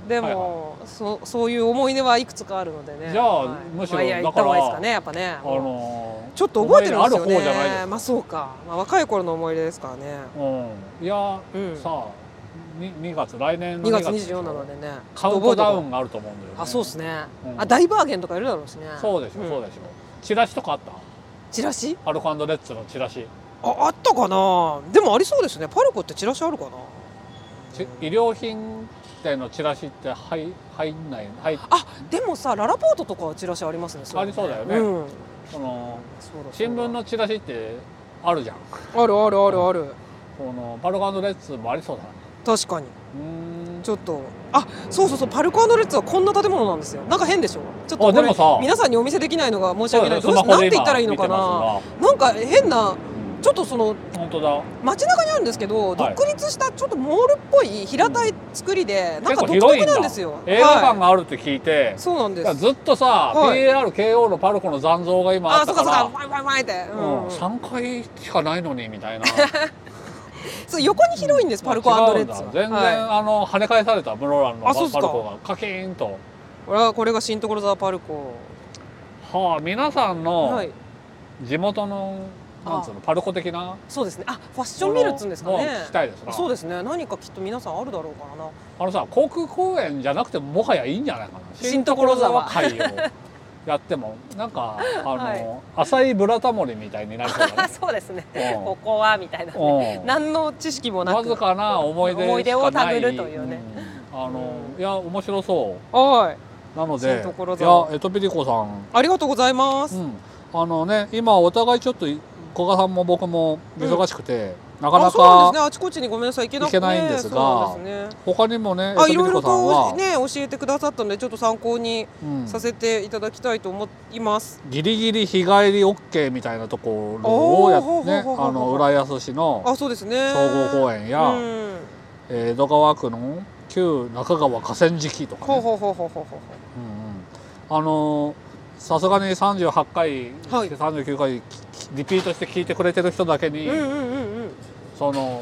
[SPEAKER 2] で
[SPEAKER 3] はいはい
[SPEAKER 2] も、そうそういう思い出はいくつかあるのでね
[SPEAKER 3] じゃあ
[SPEAKER 2] はい
[SPEAKER 3] むしろ
[SPEAKER 2] まあいや
[SPEAKER 3] だから
[SPEAKER 2] 行った方がいいですかねやっぱね
[SPEAKER 3] あのー
[SPEAKER 2] ちょっと覚えてるんですよね
[SPEAKER 3] 思い出ある方じゃないですか
[SPEAKER 2] まあそうか、まあ、若い頃の思い出ですからね
[SPEAKER 3] うんいや、
[SPEAKER 2] うん
[SPEAKER 3] さあに2月来年
[SPEAKER 2] 2
[SPEAKER 3] の2
[SPEAKER 2] 月
[SPEAKER 3] 月
[SPEAKER 2] 24なのでね
[SPEAKER 3] カウントダウ
[SPEAKER 2] ン
[SPEAKER 3] ンがあると思うんだよね
[SPEAKER 2] あそうですね、
[SPEAKER 3] うん
[SPEAKER 2] あ大バーゲンとかいるだろうしね
[SPEAKER 3] そうでしょ、そうで
[SPEAKER 2] し
[SPEAKER 3] しょチラシとかあった
[SPEAKER 2] チラシ
[SPEAKER 3] アルコレッツのチラシ
[SPEAKER 2] ああったかなでもありそうですねパルコってチラシあるかな
[SPEAKER 3] ち医療品店のチラシって入入んない入っ
[SPEAKER 2] あでもさララポートとかはチラシありますねれ
[SPEAKER 3] ありそうだよね
[SPEAKER 2] うん
[SPEAKER 3] その
[SPEAKER 2] そうだそうだ
[SPEAKER 3] 新聞のチラシってあるじゃん
[SPEAKER 2] あるあるあるある
[SPEAKER 3] このパルコレッツもありそうだね
[SPEAKER 2] 確かに
[SPEAKER 3] うーん
[SPEAKER 2] ちょっとあそうそうそうパルコレッツはこんな建物なんですよなんか変でしょちょっとこれ
[SPEAKER 3] あでもさ
[SPEAKER 2] 皆さんにお見せできないのが申し訳ない
[SPEAKER 3] そう
[SPEAKER 2] ど
[SPEAKER 3] だ
[SPEAKER 2] う
[SPEAKER 3] ね
[SPEAKER 2] しなんて言ったらいいのかな
[SPEAKER 3] スマホで今見て
[SPEAKER 2] なんか変なちょっとその
[SPEAKER 3] ますが本当だ
[SPEAKER 2] 街中にあるんですけど、
[SPEAKER 3] はい
[SPEAKER 2] 独立したちょっとモールっぽい平たい作りで、なんか
[SPEAKER 3] 結構
[SPEAKER 2] 独
[SPEAKER 3] 広い
[SPEAKER 2] 特
[SPEAKER 3] んだ
[SPEAKER 2] なんですよ
[SPEAKER 3] 映画館
[SPEAKER 2] は
[SPEAKER 3] があるって聞いて
[SPEAKER 2] い、そうなんで
[SPEAKER 3] だから
[SPEAKER 2] す
[SPEAKER 3] ずっとさ、
[SPEAKER 2] はい
[SPEAKER 3] PAR、KO のパルコの残像が今あ
[SPEAKER 2] あ
[SPEAKER 3] っ
[SPEAKER 2] そ
[SPEAKER 3] た
[SPEAKER 2] っか
[SPEAKER 3] か
[SPEAKER 2] そっかファイ
[SPEAKER 3] ら、
[SPEAKER 2] ファイファイって、うん
[SPEAKER 3] うん、3回しかないのにみたいな
[SPEAKER 2] そう横に広いんです、 パルコレッツは
[SPEAKER 3] 違うんだ全然、
[SPEAKER 2] はい、
[SPEAKER 3] あの跳ね返された室蘭の
[SPEAKER 2] あ
[SPEAKER 3] パ
[SPEAKER 2] そうっすか
[SPEAKER 3] ルコがカキーンと
[SPEAKER 2] これはこれが新所沢パルコ
[SPEAKER 3] はあ皆さん
[SPEAKER 2] は
[SPEAKER 3] の
[SPEAKER 2] い
[SPEAKER 3] 地元の、なんつうのパルコ的な
[SPEAKER 2] そうですねあファッションビルっつうんですかね
[SPEAKER 3] もう聞きたいですな
[SPEAKER 2] そうですね何かきっと皆さんあるだろうからな
[SPEAKER 3] あのさ航空公園じゃなくてももはやいいんじゃないかな
[SPEAKER 2] 新所沢
[SPEAKER 3] 新所会をやってもなんかあの、
[SPEAKER 2] はい
[SPEAKER 3] 浅いブラタモリみたいになりそうだね
[SPEAKER 2] そうですね
[SPEAKER 3] うん
[SPEAKER 2] ここはみたい なね
[SPEAKER 3] うん
[SPEAKER 2] 何の知識もなく
[SPEAKER 3] わずかな思い出しかない
[SPEAKER 2] 思い出をたぐるというね、
[SPEAKER 3] うんあの
[SPEAKER 2] う
[SPEAKER 3] いや面白そ
[SPEAKER 2] はいう
[SPEAKER 3] なので
[SPEAKER 2] そう所
[SPEAKER 3] い
[SPEAKER 2] 沢
[SPEAKER 3] やエトピリコさん、
[SPEAKER 2] ありがとうございます、
[SPEAKER 3] うん、あのね今お互いちょっと古賀さんも僕も忙しくて、なかな
[SPEAKER 2] あそうなんです
[SPEAKER 3] か
[SPEAKER 2] ねあちこちにごめんなさい行けなくて
[SPEAKER 3] 行けないんですが
[SPEAKER 2] そうなんですね
[SPEAKER 3] 他にもねエト
[SPEAKER 2] あ
[SPEAKER 3] ピ
[SPEAKER 2] い
[SPEAKER 3] リ
[SPEAKER 2] ろいろ
[SPEAKER 3] コさんは
[SPEAKER 2] と、ね教えてくださったのでちょっと参考に
[SPEAKER 3] うん
[SPEAKER 2] させていただきたいと思います、
[SPEAKER 3] ギリギリ日帰り OK みたいなところをやっ
[SPEAKER 2] おー
[SPEAKER 3] ね
[SPEAKER 2] ほうほうほうほう
[SPEAKER 3] あの浦安市の
[SPEAKER 2] あそうですね
[SPEAKER 3] 総合公
[SPEAKER 2] 園
[SPEAKER 3] 園や、
[SPEAKER 2] うん、
[SPEAKER 3] えー江戸川区の旧中川河川敷とか、ね
[SPEAKER 2] ほうほうほうほうほうほ
[SPEAKER 3] うんうんあのーさすがに38回、
[SPEAKER 2] はい
[SPEAKER 3] 39回きリピートして聞いてくれてる人だけに、
[SPEAKER 2] ううんうんうん
[SPEAKER 3] その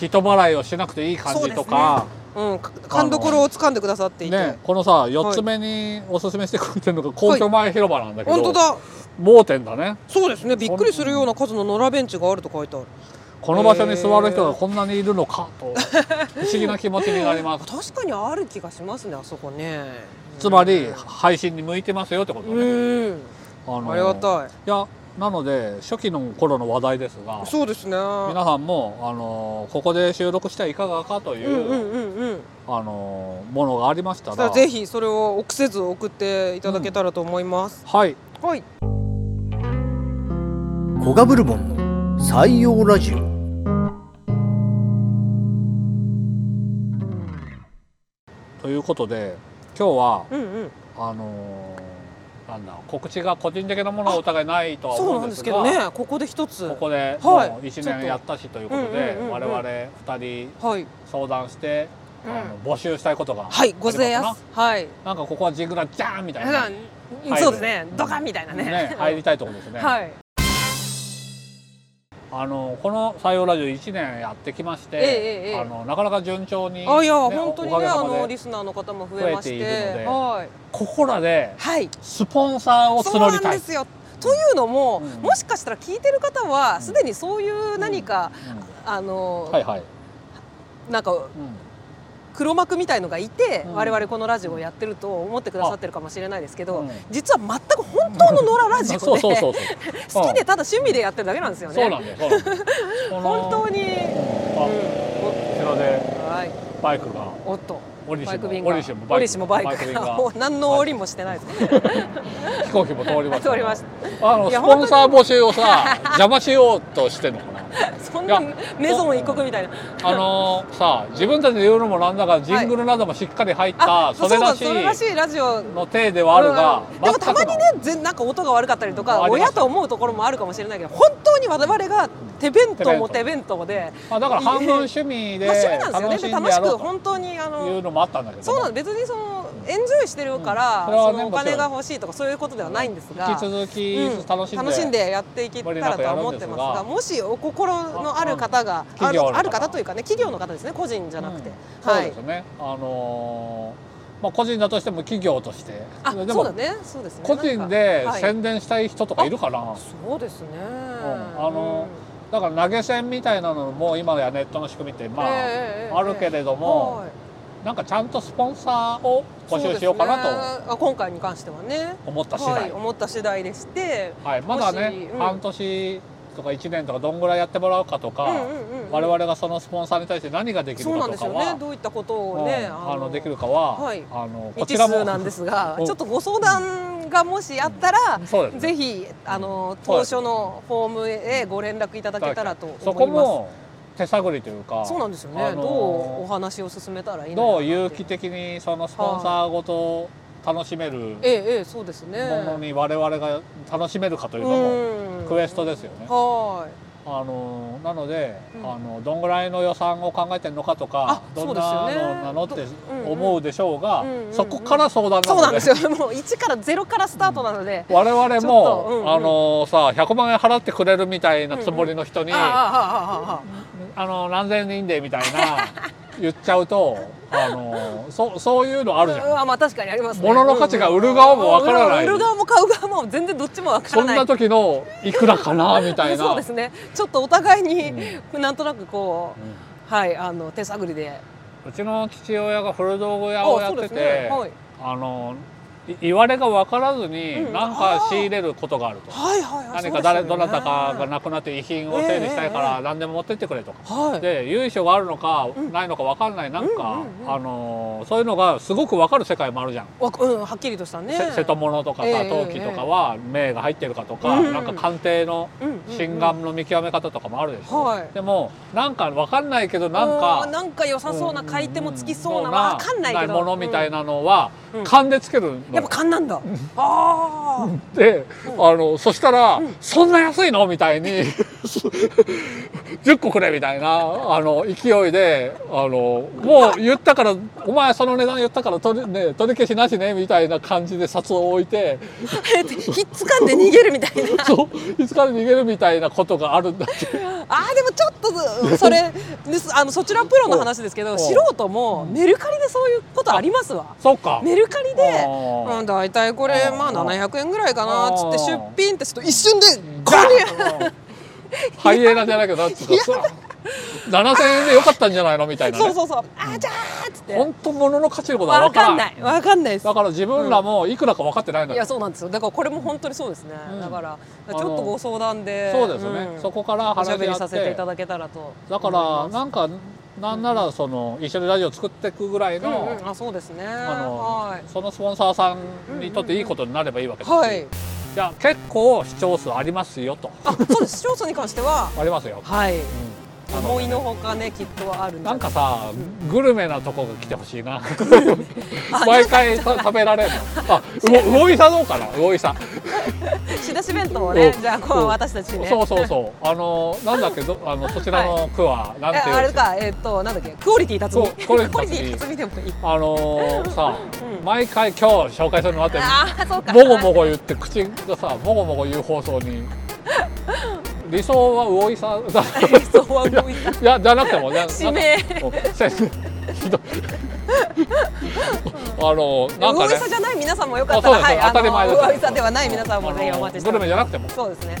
[SPEAKER 3] 人払いをしなくていい感じとか、
[SPEAKER 2] うんうんか勘どころを掴んでくださってい
[SPEAKER 3] ね
[SPEAKER 2] て、
[SPEAKER 3] このさ4つ目におすすめしてくれてるのが皇居前広場なんだけど、
[SPEAKER 2] 本当だ
[SPEAKER 3] 盲点だね
[SPEAKER 2] そうですねびっくりするような数の野良ベンチがあると書いてある
[SPEAKER 3] この場所に座る人がこんなにいるのかと不思議な気持ちになります
[SPEAKER 2] 確かにある気がしますねあそこね
[SPEAKER 3] つまり配信に向いてますよってこと
[SPEAKER 2] う
[SPEAKER 3] ね、
[SPEAKER 2] ん
[SPEAKER 3] あのー
[SPEAKER 2] ありがたい
[SPEAKER 3] いやなので初期の頃の話題ですが
[SPEAKER 2] そうですね
[SPEAKER 3] 皆さんも、あのーここで収録してはいかがかというう、
[SPEAKER 2] んうんうんうん
[SPEAKER 3] あのーものがありました
[SPEAKER 2] さあ
[SPEAKER 3] ら
[SPEAKER 2] ぜひそれを臆せず送っていただけたらと思います、
[SPEAKER 3] はい
[SPEAKER 2] はい
[SPEAKER 4] コガブルボンの採用ラジオ
[SPEAKER 3] ということで今日は
[SPEAKER 2] うんうん
[SPEAKER 3] あのーなんだ告知が個人的なものはお互いないとは
[SPEAKER 2] そうな
[SPEAKER 3] 思うんん
[SPEAKER 2] で
[SPEAKER 3] ですす
[SPEAKER 2] け
[SPEAKER 3] が
[SPEAKER 2] どねここで一つ
[SPEAKER 3] ここで
[SPEAKER 2] はい
[SPEAKER 3] もう1
[SPEAKER 2] ちょっと
[SPEAKER 3] 年やったしということ
[SPEAKER 2] う
[SPEAKER 3] で、
[SPEAKER 2] んうんうんうん
[SPEAKER 3] 我々2人
[SPEAKER 2] はい
[SPEAKER 3] 相談して、
[SPEAKER 2] うん
[SPEAKER 3] あの募集したいことが
[SPEAKER 2] はいごぜや
[SPEAKER 3] あるの
[SPEAKER 2] す
[SPEAKER 3] か
[SPEAKER 2] はい
[SPEAKER 3] ななんかここはジグラジャーンみたいな、
[SPEAKER 2] うんそうですねドカンみたいなね
[SPEAKER 3] ね入りたいところですね、
[SPEAKER 2] はい
[SPEAKER 3] あのこの採用ラジオ1年やってきまして、
[SPEAKER 2] ええええ
[SPEAKER 3] あのなかなか順調に、
[SPEAKER 2] あいや
[SPEAKER 3] ね
[SPEAKER 2] 本当に
[SPEAKER 3] お
[SPEAKER 2] ねあ
[SPEAKER 3] かげさま
[SPEAKER 2] の
[SPEAKER 3] で
[SPEAKER 2] リスナーの方も増えまし
[SPEAKER 3] 増え
[SPEAKER 2] て
[SPEAKER 3] ているので
[SPEAKER 2] はい
[SPEAKER 3] ここらで
[SPEAKER 2] はい
[SPEAKER 3] スポンサーを
[SPEAKER 2] そう
[SPEAKER 3] 募
[SPEAKER 2] な
[SPEAKER 3] り
[SPEAKER 2] ん
[SPEAKER 3] た
[SPEAKER 2] で
[SPEAKER 3] い
[SPEAKER 2] すよというのも、
[SPEAKER 3] うん
[SPEAKER 2] もしかしたら聞いてる方はすでにそういう何か、あ
[SPEAKER 3] う
[SPEAKER 2] の、
[SPEAKER 3] んはいはい、
[SPEAKER 2] なんか
[SPEAKER 3] うん
[SPEAKER 2] 黒幕みたいのがいて、
[SPEAKER 3] うん
[SPEAKER 2] 我々このラジオをやってると思ってくださってるかもしれないですけど、
[SPEAKER 3] うん
[SPEAKER 2] 実は全く本当の野良ラジ
[SPEAKER 3] そ
[SPEAKER 2] オ
[SPEAKER 3] うそうそう
[SPEAKER 2] で
[SPEAKER 3] そ う
[SPEAKER 2] 好きでただ趣味でやってるだけなんですよね。
[SPEAKER 3] そうなんだよ。そうなんだよこの
[SPEAKER 2] 本当に、うん
[SPEAKER 3] あ、こちらで
[SPEAKER 2] おはい、
[SPEAKER 3] バイクが
[SPEAKER 2] おっと
[SPEAKER 3] オリシ
[SPEAKER 2] バイク
[SPEAKER 3] も
[SPEAKER 2] 便
[SPEAKER 3] オ
[SPEAKER 2] が
[SPEAKER 3] リシも
[SPEAKER 2] オ
[SPEAKER 3] バイ
[SPEAKER 2] リ
[SPEAKER 3] ク
[SPEAKER 2] シもバイク
[SPEAKER 3] 便
[SPEAKER 2] が
[SPEAKER 3] が
[SPEAKER 2] もう何の折りもしてないですね
[SPEAKER 3] 飛行機も通りました。
[SPEAKER 2] 通りました
[SPEAKER 3] あの
[SPEAKER 2] い
[SPEAKER 3] ス
[SPEAKER 2] や
[SPEAKER 3] ポンサー募集をさ邪魔しようとしてんのかな。
[SPEAKER 2] そんない
[SPEAKER 3] や
[SPEAKER 2] メゾン一国みたいな
[SPEAKER 3] あのーさあ自分たちで言うのもなんだがジングルなどもしっかり入った、
[SPEAKER 2] あそ
[SPEAKER 3] そう
[SPEAKER 2] だ
[SPEAKER 3] れらし
[SPEAKER 2] それらし
[SPEAKER 3] い
[SPEAKER 2] いラジオ
[SPEAKER 3] の体ではあるが、
[SPEAKER 2] うんでもたまにねぜなんか音が悪かったりとか
[SPEAKER 3] あります
[SPEAKER 2] 親と思うところもあるかもしれないけど本当に我々が手弁当も手
[SPEAKER 3] 手
[SPEAKER 2] 弁当で
[SPEAKER 3] まあ、だから半分趣味 で
[SPEAKER 2] まあ趣味なんですよね
[SPEAKER 3] 楽し
[SPEAKER 2] で
[SPEAKER 3] んで
[SPEAKER 2] 楽し
[SPEAKER 3] やろ
[SPEAKER 2] く
[SPEAKER 3] うと
[SPEAKER 2] 本当にあの
[SPEAKER 3] いうのもあったんだけど
[SPEAKER 2] そうなん
[SPEAKER 3] で
[SPEAKER 2] です別にそのエンジョイしてるから、
[SPEAKER 3] うんそ
[SPEAKER 2] そ
[SPEAKER 3] れはね
[SPEAKER 2] のお
[SPEAKER 3] もちろ
[SPEAKER 2] 金
[SPEAKER 3] ん
[SPEAKER 2] が欲しいとかそういうことではないんですが
[SPEAKER 3] 引き続き
[SPEAKER 2] うん
[SPEAKER 3] 楽しんで,、
[SPEAKER 2] やっていけたらとは思ってますが
[SPEAKER 3] 無理なくやるんですが
[SPEAKER 2] もしお心のある方が
[SPEAKER 3] うん
[SPEAKER 2] あ
[SPEAKER 3] 企業の
[SPEAKER 2] の
[SPEAKER 3] 方
[SPEAKER 2] ある方というかね企業の方ですね個人じゃなくて、
[SPEAKER 3] うん
[SPEAKER 2] は
[SPEAKER 3] そう
[SPEAKER 2] い
[SPEAKER 3] ですね、あのーまあ、個人だとしても企業として
[SPEAKER 2] あ
[SPEAKER 3] で
[SPEAKER 2] そう
[SPEAKER 3] も
[SPEAKER 2] だねそうですね
[SPEAKER 3] 個人
[SPEAKER 2] な
[SPEAKER 3] で
[SPEAKER 2] んかはい
[SPEAKER 3] 宣伝したい人とかいるかな、
[SPEAKER 2] そうですね、
[SPEAKER 3] あのだから投げ銭みたいなのも今やネットの仕組みってまあ、
[SPEAKER 2] ええ
[SPEAKER 3] あるけれども、なんかちゃんとスポンサーを募集しようかなと
[SPEAKER 2] と、あ今回に関してはね
[SPEAKER 3] 思った次第、は
[SPEAKER 2] はいい思った次第でして
[SPEAKER 3] まだね、
[SPEAKER 2] もしうん
[SPEAKER 3] 半年とか1年とかどんぐらいやってもらうかとか、我々がそのスポンサーに対して何ができる
[SPEAKER 2] そうな
[SPEAKER 3] か
[SPEAKER 2] んで
[SPEAKER 3] と
[SPEAKER 2] す
[SPEAKER 3] か
[SPEAKER 2] よね
[SPEAKER 3] は、
[SPEAKER 2] どういったことをね、
[SPEAKER 3] うんあのできるかは、
[SPEAKER 2] はい
[SPEAKER 3] あのこ
[SPEAKER 2] 未
[SPEAKER 3] ち
[SPEAKER 2] 知
[SPEAKER 3] らも
[SPEAKER 2] 数 なんですが
[SPEAKER 3] うん
[SPEAKER 2] ちょっとご相談がもしあったら、
[SPEAKER 3] そうですね
[SPEAKER 2] ぜひあの
[SPEAKER 3] そう
[SPEAKER 2] 当
[SPEAKER 3] です
[SPEAKER 2] 初のフォームへご連絡いただけたらと思います
[SPEAKER 3] そこも手探りというか
[SPEAKER 2] そうなんですよね、
[SPEAKER 3] あの
[SPEAKER 2] どうお話を進めたらいいのかな
[SPEAKER 3] ど
[SPEAKER 2] っ
[SPEAKER 3] う
[SPEAKER 2] て
[SPEAKER 3] 有機的にそのスポンサーごと楽しめる
[SPEAKER 2] ええええそうですね
[SPEAKER 3] ものに我々が楽しめるかというのも
[SPEAKER 2] うん
[SPEAKER 3] クエストですよね。
[SPEAKER 2] は
[SPEAKER 3] あのなので、
[SPEAKER 2] うん
[SPEAKER 3] あのどんぐらいの予算を考えてるのかとか
[SPEAKER 2] あ
[SPEAKER 3] どん
[SPEAKER 2] そ
[SPEAKER 3] な
[SPEAKER 2] うですよね
[SPEAKER 3] のなのって
[SPEAKER 2] どうんうん
[SPEAKER 3] 思うでしょうが、
[SPEAKER 2] うんうんうん
[SPEAKER 3] そこから相談
[SPEAKER 2] いそうなんです
[SPEAKER 3] よ
[SPEAKER 2] よもう1から0からスタートなので、
[SPEAKER 3] 我々
[SPEAKER 2] ちょ
[SPEAKER 3] も
[SPEAKER 2] っ、とうんうん
[SPEAKER 3] あのさ100万円払ってくれるみたいなつもりの人に、
[SPEAKER 2] ああ
[SPEAKER 3] あ
[SPEAKER 2] ああああ
[SPEAKER 3] の何千人でみたいな 言っちゃうと、あのそそういうのあるじゃん
[SPEAKER 2] う。わまあ確かにありますね
[SPEAKER 3] 物の価値が売る側もわからない
[SPEAKER 2] うんうん売る側も買う側も全然どっちもわか
[SPEAKER 3] そ
[SPEAKER 2] ら
[SPEAKER 3] ん
[SPEAKER 2] ない
[SPEAKER 3] な時のいくらかなみたいな。
[SPEAKER 2] そうですねちょっとお互いに、なんとなくこう、
[SPEAKER 3] うん
[SPEAKER 2] はいあの手探りで
[SPEAKER 3] うちの父親が古道具屋をやってて、
[SPEAKER 2] はい、
[SPEAKER 3] あのい言われが分からずに
[SPEAKER 2] うん
[SPEAKER 3] 何か仕入れることがあると、
[SPEAKER 2] はいはいはい
[SPEAKER 3] 何か誰、
[SPEAKER 2] そう
[SPEAKER 3] ど
[SPEAKER 2] ですよね
[SPEAKER 3] なたかが亡くなって遺品を整理したい
[SPEAKER 2] え
[SPEAKER 3] か
[SPEAKER 2] ええ
[SPEAKER 3] ら何でも持ってってくれとか、
[SPEAKER 2] はい
[SPEAKER 3] で由緒があるのかないのか分かんないなんか、
[SPEAKER 2] うんうんうん
[SPEAKER 3] あのそういうのがすごく分かる世界もあるじゃん。
[SPEAKER 2] わうんはっきりとしたね
[SPEAKER 3] せ瀬戸物とかさ
[SPEAKER 2] ええ
[SPEAKER 3] 陶器とかは銘が入ってるかとか、
[SPEAKER 2] うんうん
[SPEAKER 3] なんか鑑定の
[SPEAKER 2] うんうんうん
[SPEAKER 3] 心眼の見極め方とかもあるでしょ、
[SPEAKER 2] はい
[SPEAKER 3] でもなんか分かんないけどなん
[SPEAKER 2] う
[SPEAKER 3] か
[SPEAKER 2] んなんか良さそうな買い手もつきそうな
[SPEAKER 3] うん
[SPEAKER 2] わかんないけど
[SPEAKER 3] ものみたい
[SPEAKER 2] な、
[SPEAKER 3] なのは、
[SPEAKER 2] うん
[SPEAKER 3] 勘でつける
[SPEAKER 2] うんやっ
[SPEAKER 3] の
[SPEAKER 2] ぱ勘なんだあー
[SPEAKER 3] で、あのそしたら、そんな安いの?」みたいに 「10個くれ」みたいなあの勢いであのもう言ったから「お前その値段言ったから取り,、ね、取り消しなしね」みたいな感じで札を置いて
[SPEAKER 2] えっと ひっつかんで逃げるみたいな
[SPEAKER 3] そういつから逃げるみたいなことがあるんだって
[SPEAKER 2] あーでもちょっとずそれですあのそちらプロの話ですけ
[SPEAKER 3] お
[SPEAKER 2] ど
[SPEAKER 3] う
[SPEAKER 2] 素人もメルカリでそういうことありますわ
[SPEAKER 3] そうか。
[SPEAKER 2] メルカリで
[SPEAKER 3] あー
[SPEAKER 2] うん大体これ
[SPEAKER 3] あー
[SPEAKER 2] まあ700円ぐらいかなっつって
[SPEAKER 3] あ
[SPEAKER 2] 出
[SPEAKER 3] ー
[SPEAKER 2] 品ってちょっと一瞬でこ
[SPEAKER 3] ガ
[SPEAKER 2] れ
[SPEAKER 3] ーンハイエナじゃないけどなんつうかさ7,000円でよかったんじゃないのみたいな、ね、
[SPEAKER 2] そうそうそうあーじゃーっつって
[SPEAKER 3] 本当物の価値のことは
[SPEAKER 2] わ
[SPEAKER 3] 分から
[SPEAKER 2] か
[SPEAKER 3] ん
[SPEAKER 2] んないわかんないです
[SPEAKER 3] だから自分らもいくらか分かってないんだ
[SPEAKER 2] い
[SPEAKER 3] よ
[SPEAKER 2] やそうなんですよだからこれも本当にそうですね、
[SPEAKER 3] うん
[SPEAKER 2] だからち
[SPEAKER 3] あの
[SPEAKER 2] ょっとご相談で
[SPEAKER 3] そうですよね、
[SPEAKER 2] ん
[SPEAKER 3] そこから
[SPEAKER 2] お
[SPEAKER 3] 話
[SPEAKER 2] し
[SPEAKER 3] し合
[SPEAKER 2] ゃ
[SPEAKER 3] っ
[SPEAKER 2] べ
[SPEAKER 3] て
[SPEAKER 2] りさせていただけたらと
[SPEAKER 3] だか
[SPEAKER 2] 思
[SPEAKER 3] ら
[SPEAKER 2] います
[SPEAKER 3] なんかなんならその一緒にラジオ作っていくぐらいの、
[SPEAKER 2] うんうんあそうですね
[SPEAKER 3] あの
[SPEAKER 2] は
[SPEAKER 3] そのスポンサーさんにとっていいことになればいいわけ
[SPEAKER 2] い、
[SPEAKER 3] だし、
[SPEAKER 2] はい、
[SPEAKER 3] いや結構視聴数ありますよと
[SPEAKER 2] あそうです視聴者に関しては
[SPEAKER 3] ありますよ、
[SPEAKER 2] はい
[SPEAKER 3] うんあの
[SPEAKER 2] 思いのほかねきっとはあるんじ
[SPEAKER 3] な
[SPEAKER 2] ゃ
[SPEAKER 3] ん
[SPEAKER 2] ない
[SPEAKER 3] かさグルメなとこが来てほしい な
[SPEAKER 2] あ
[SPEAKER 3] 毎回さ食べられるのあう魚いさどうかな魚いさ
[SPEAKER 2] 仕出し弁当をね
[SPEAKER 3] うん
[SPEAKER 2] じゃあこう
[SPEAKER 3] うん
[SPEAKER 2] 私たちね
[SPEAKER 3] そうそうそうあのなんだっけどあのそちらの区はなん
[SPEAKER 2] え
[SPEAKER 3] ていう
[SPEAKER 2] あれかえっとなんだっけクオリティ達
[SPEAKER 3] そう
[SPEAKER 2] 美
[SPEAKER 3] クオリティ
[SPEAKER 2] クオ
[SPEAKER 3] 辰巳
[SPEAKER 2] リティ辰巳でもいい
[SPEAKER 3] あのーさ、毎回今日紹介するのあって
[SPEAKER 2] ああそうか
[SPEAKER 3] もご もご言って口がさもごもご言う放送に理想は魚井さんだ
[SPEAKER 2] 理想は魚井さん
[SPEAKER 3] いやじゃなくてもね
[SPEAKER 2] 指名
[SPEAKER 3] ひどいあのなん
[SPEAKER 2] 魚
[SPEAKER 3] か
[SPEAKER 2] 井
[SPEAKER 3] ね
[SPEAKER 2] さんじゃない皆さんもよかったら
[SPEAKER 3] あそうです
[SPEAKER 2] はい
[SPEAKER 3] 当たり前
[SPEAKER 2] あの
[SPEAKER 3] です
[SPEAKER 2] 魚井さんではない皆さんもぜひお待ちしてま
[SPEAKER 3] グル
[SPEAKER 2] す
[SPEAKER 3] メじゃなくても
[SPEAKER 2] そうですね、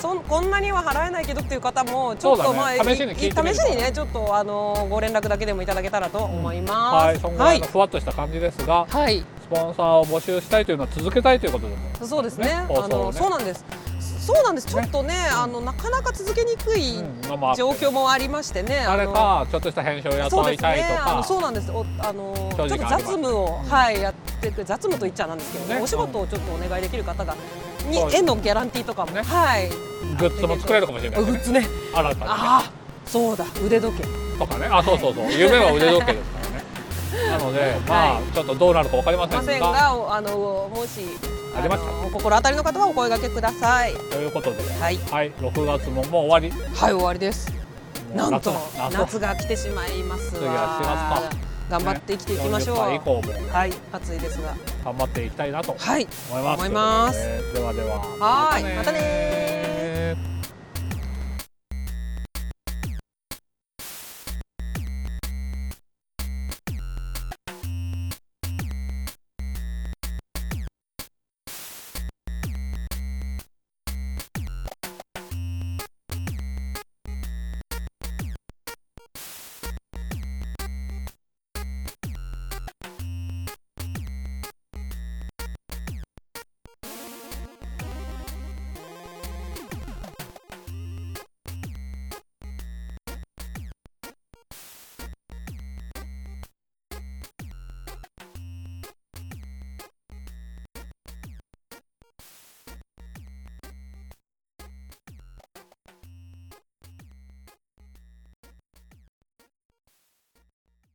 [SPEAKER 2] そんこんなには払えないけどっていう方もちょっ
[SPEAKER 3] そ
[SPEAKER 2] と、
[SPEAKER 3] うだね
[SPEAKER 2] まあ
[SPEAKER 3] 試しに聞いてみる
[SPEAKER 2] 試しにねちょっとあのご連絡だけでもいただけたらと思い
[SPEAKER 3] は
[SPEAKER 2] ま
[SPEAKER 3] い
[SPEAKER 2] す、
[SPEAKER 3] そんぐ
[SPEAKER 2] は
[SPEAKER 3] らい
[SPEAKER 2] い
[SPEAKER 3] のふわっとした感じですが
[SPEAKER 2] はい
[SPEAKER 3] スポンサーを募集したいというのは続けたいということでも
[SPEAKER 2] そうですね
[SPEAKER 3] ね放送を
[SPEAKER 2] あ
[SPEAKER 3] ね
[SPEAKER 2] のそうなんですそうなんですちょっとねあのなかなか続けにくい
[SPEAKER 3] うんのもあって
[SPEAKER 2] 状況もありましてねあ
[SPEAKER 3] 誰
[SPEAKER 2] の
[SPEAKER 3] かちょっとした編集を
[SPEAKER 2] そう
[SPEAKER 3] 雇
[SPEAKER 2] で
[SPEAKER 3] い
[SPEAKER 2] す
[SPEAKER 3] たい
[SPEAKER 2] ね
[SPEAKER 3] と
[SPEAKER 2] あの
[SPEAKER 3] か
[SPEAKER 2] そうなんですおあのち
[SPEAKER 3] 正
[SPEAKER 2] ょっ
[SPEAKER 3] 直
[SPEAKER 2] と雑務をはいやっていく雑務と言っちゃなんですけどね
[SPEAKER 3] ね
[SPEAKER 2] お仕事をちょっとお願いできる方がに
[SPEAKER 3] そう
[SPEAKER 2] 絵のギャランティーとかも、
[SPEAKER 3] ね
[SPEAKER 2] はい
[SPEAKER 3] グッズも作れるかもしれ
[SPEAKER 2] あ
[SPEAKER 3] な
[SPEAKER 2] グ
[SPEAKER 3] いね
[SPEAKER 2] ッズね
[SPEAKER 3] 新たにね
[SPEAKER 2] ああそうだ腕時計
[SPEAKER 3] とかねあそうそうそう夢は腕時計です からねなのでまあ
[SPEAKER 2] は
[SPEAKER 3] ちょっとどうなるか分かりませ
[SPEAKER 2] ませ
[SPEAKER 3] ん
[SPEAKER 2] ん
[SPEAKER 3] が
[SPEAKER 2] がおあのもし
[SPEAKER 3] ありました
[SPEAKER 2] のお心当たりの方はお声掛けください
[SPEAKER 3] ということで
[SPEAKER 2] はい
[SPEAKER 3] はい6月ももう終わり
[SPEAKER 2] はい終わりです
[SPEAKER 3] も
[SPEAKER 2] な
[SPEAKER 3] うん
[SPEAKER 2] と
[SPEAKER 3] 夏
[SPEAKER 2] 夏が来てしまいます
[SPEAKER 3] 次は
[SPEAKER 2] わ
[SPEAKER 3] 来てま
[SPEAKER 2] 頑張って生きていきましょう、
[SPEAKER 3] 40回以降も
[SPEAKER 2] はい暑いですが
[SPEAKER 3] 頑張っていきたいなと
[SPEAKER 2] はい
[SPEAKER 3] 思います
[SPEAKER 2] 思います
[SPEAKER 3] ということでではでは
[SPEAKER 2] はーいまたねー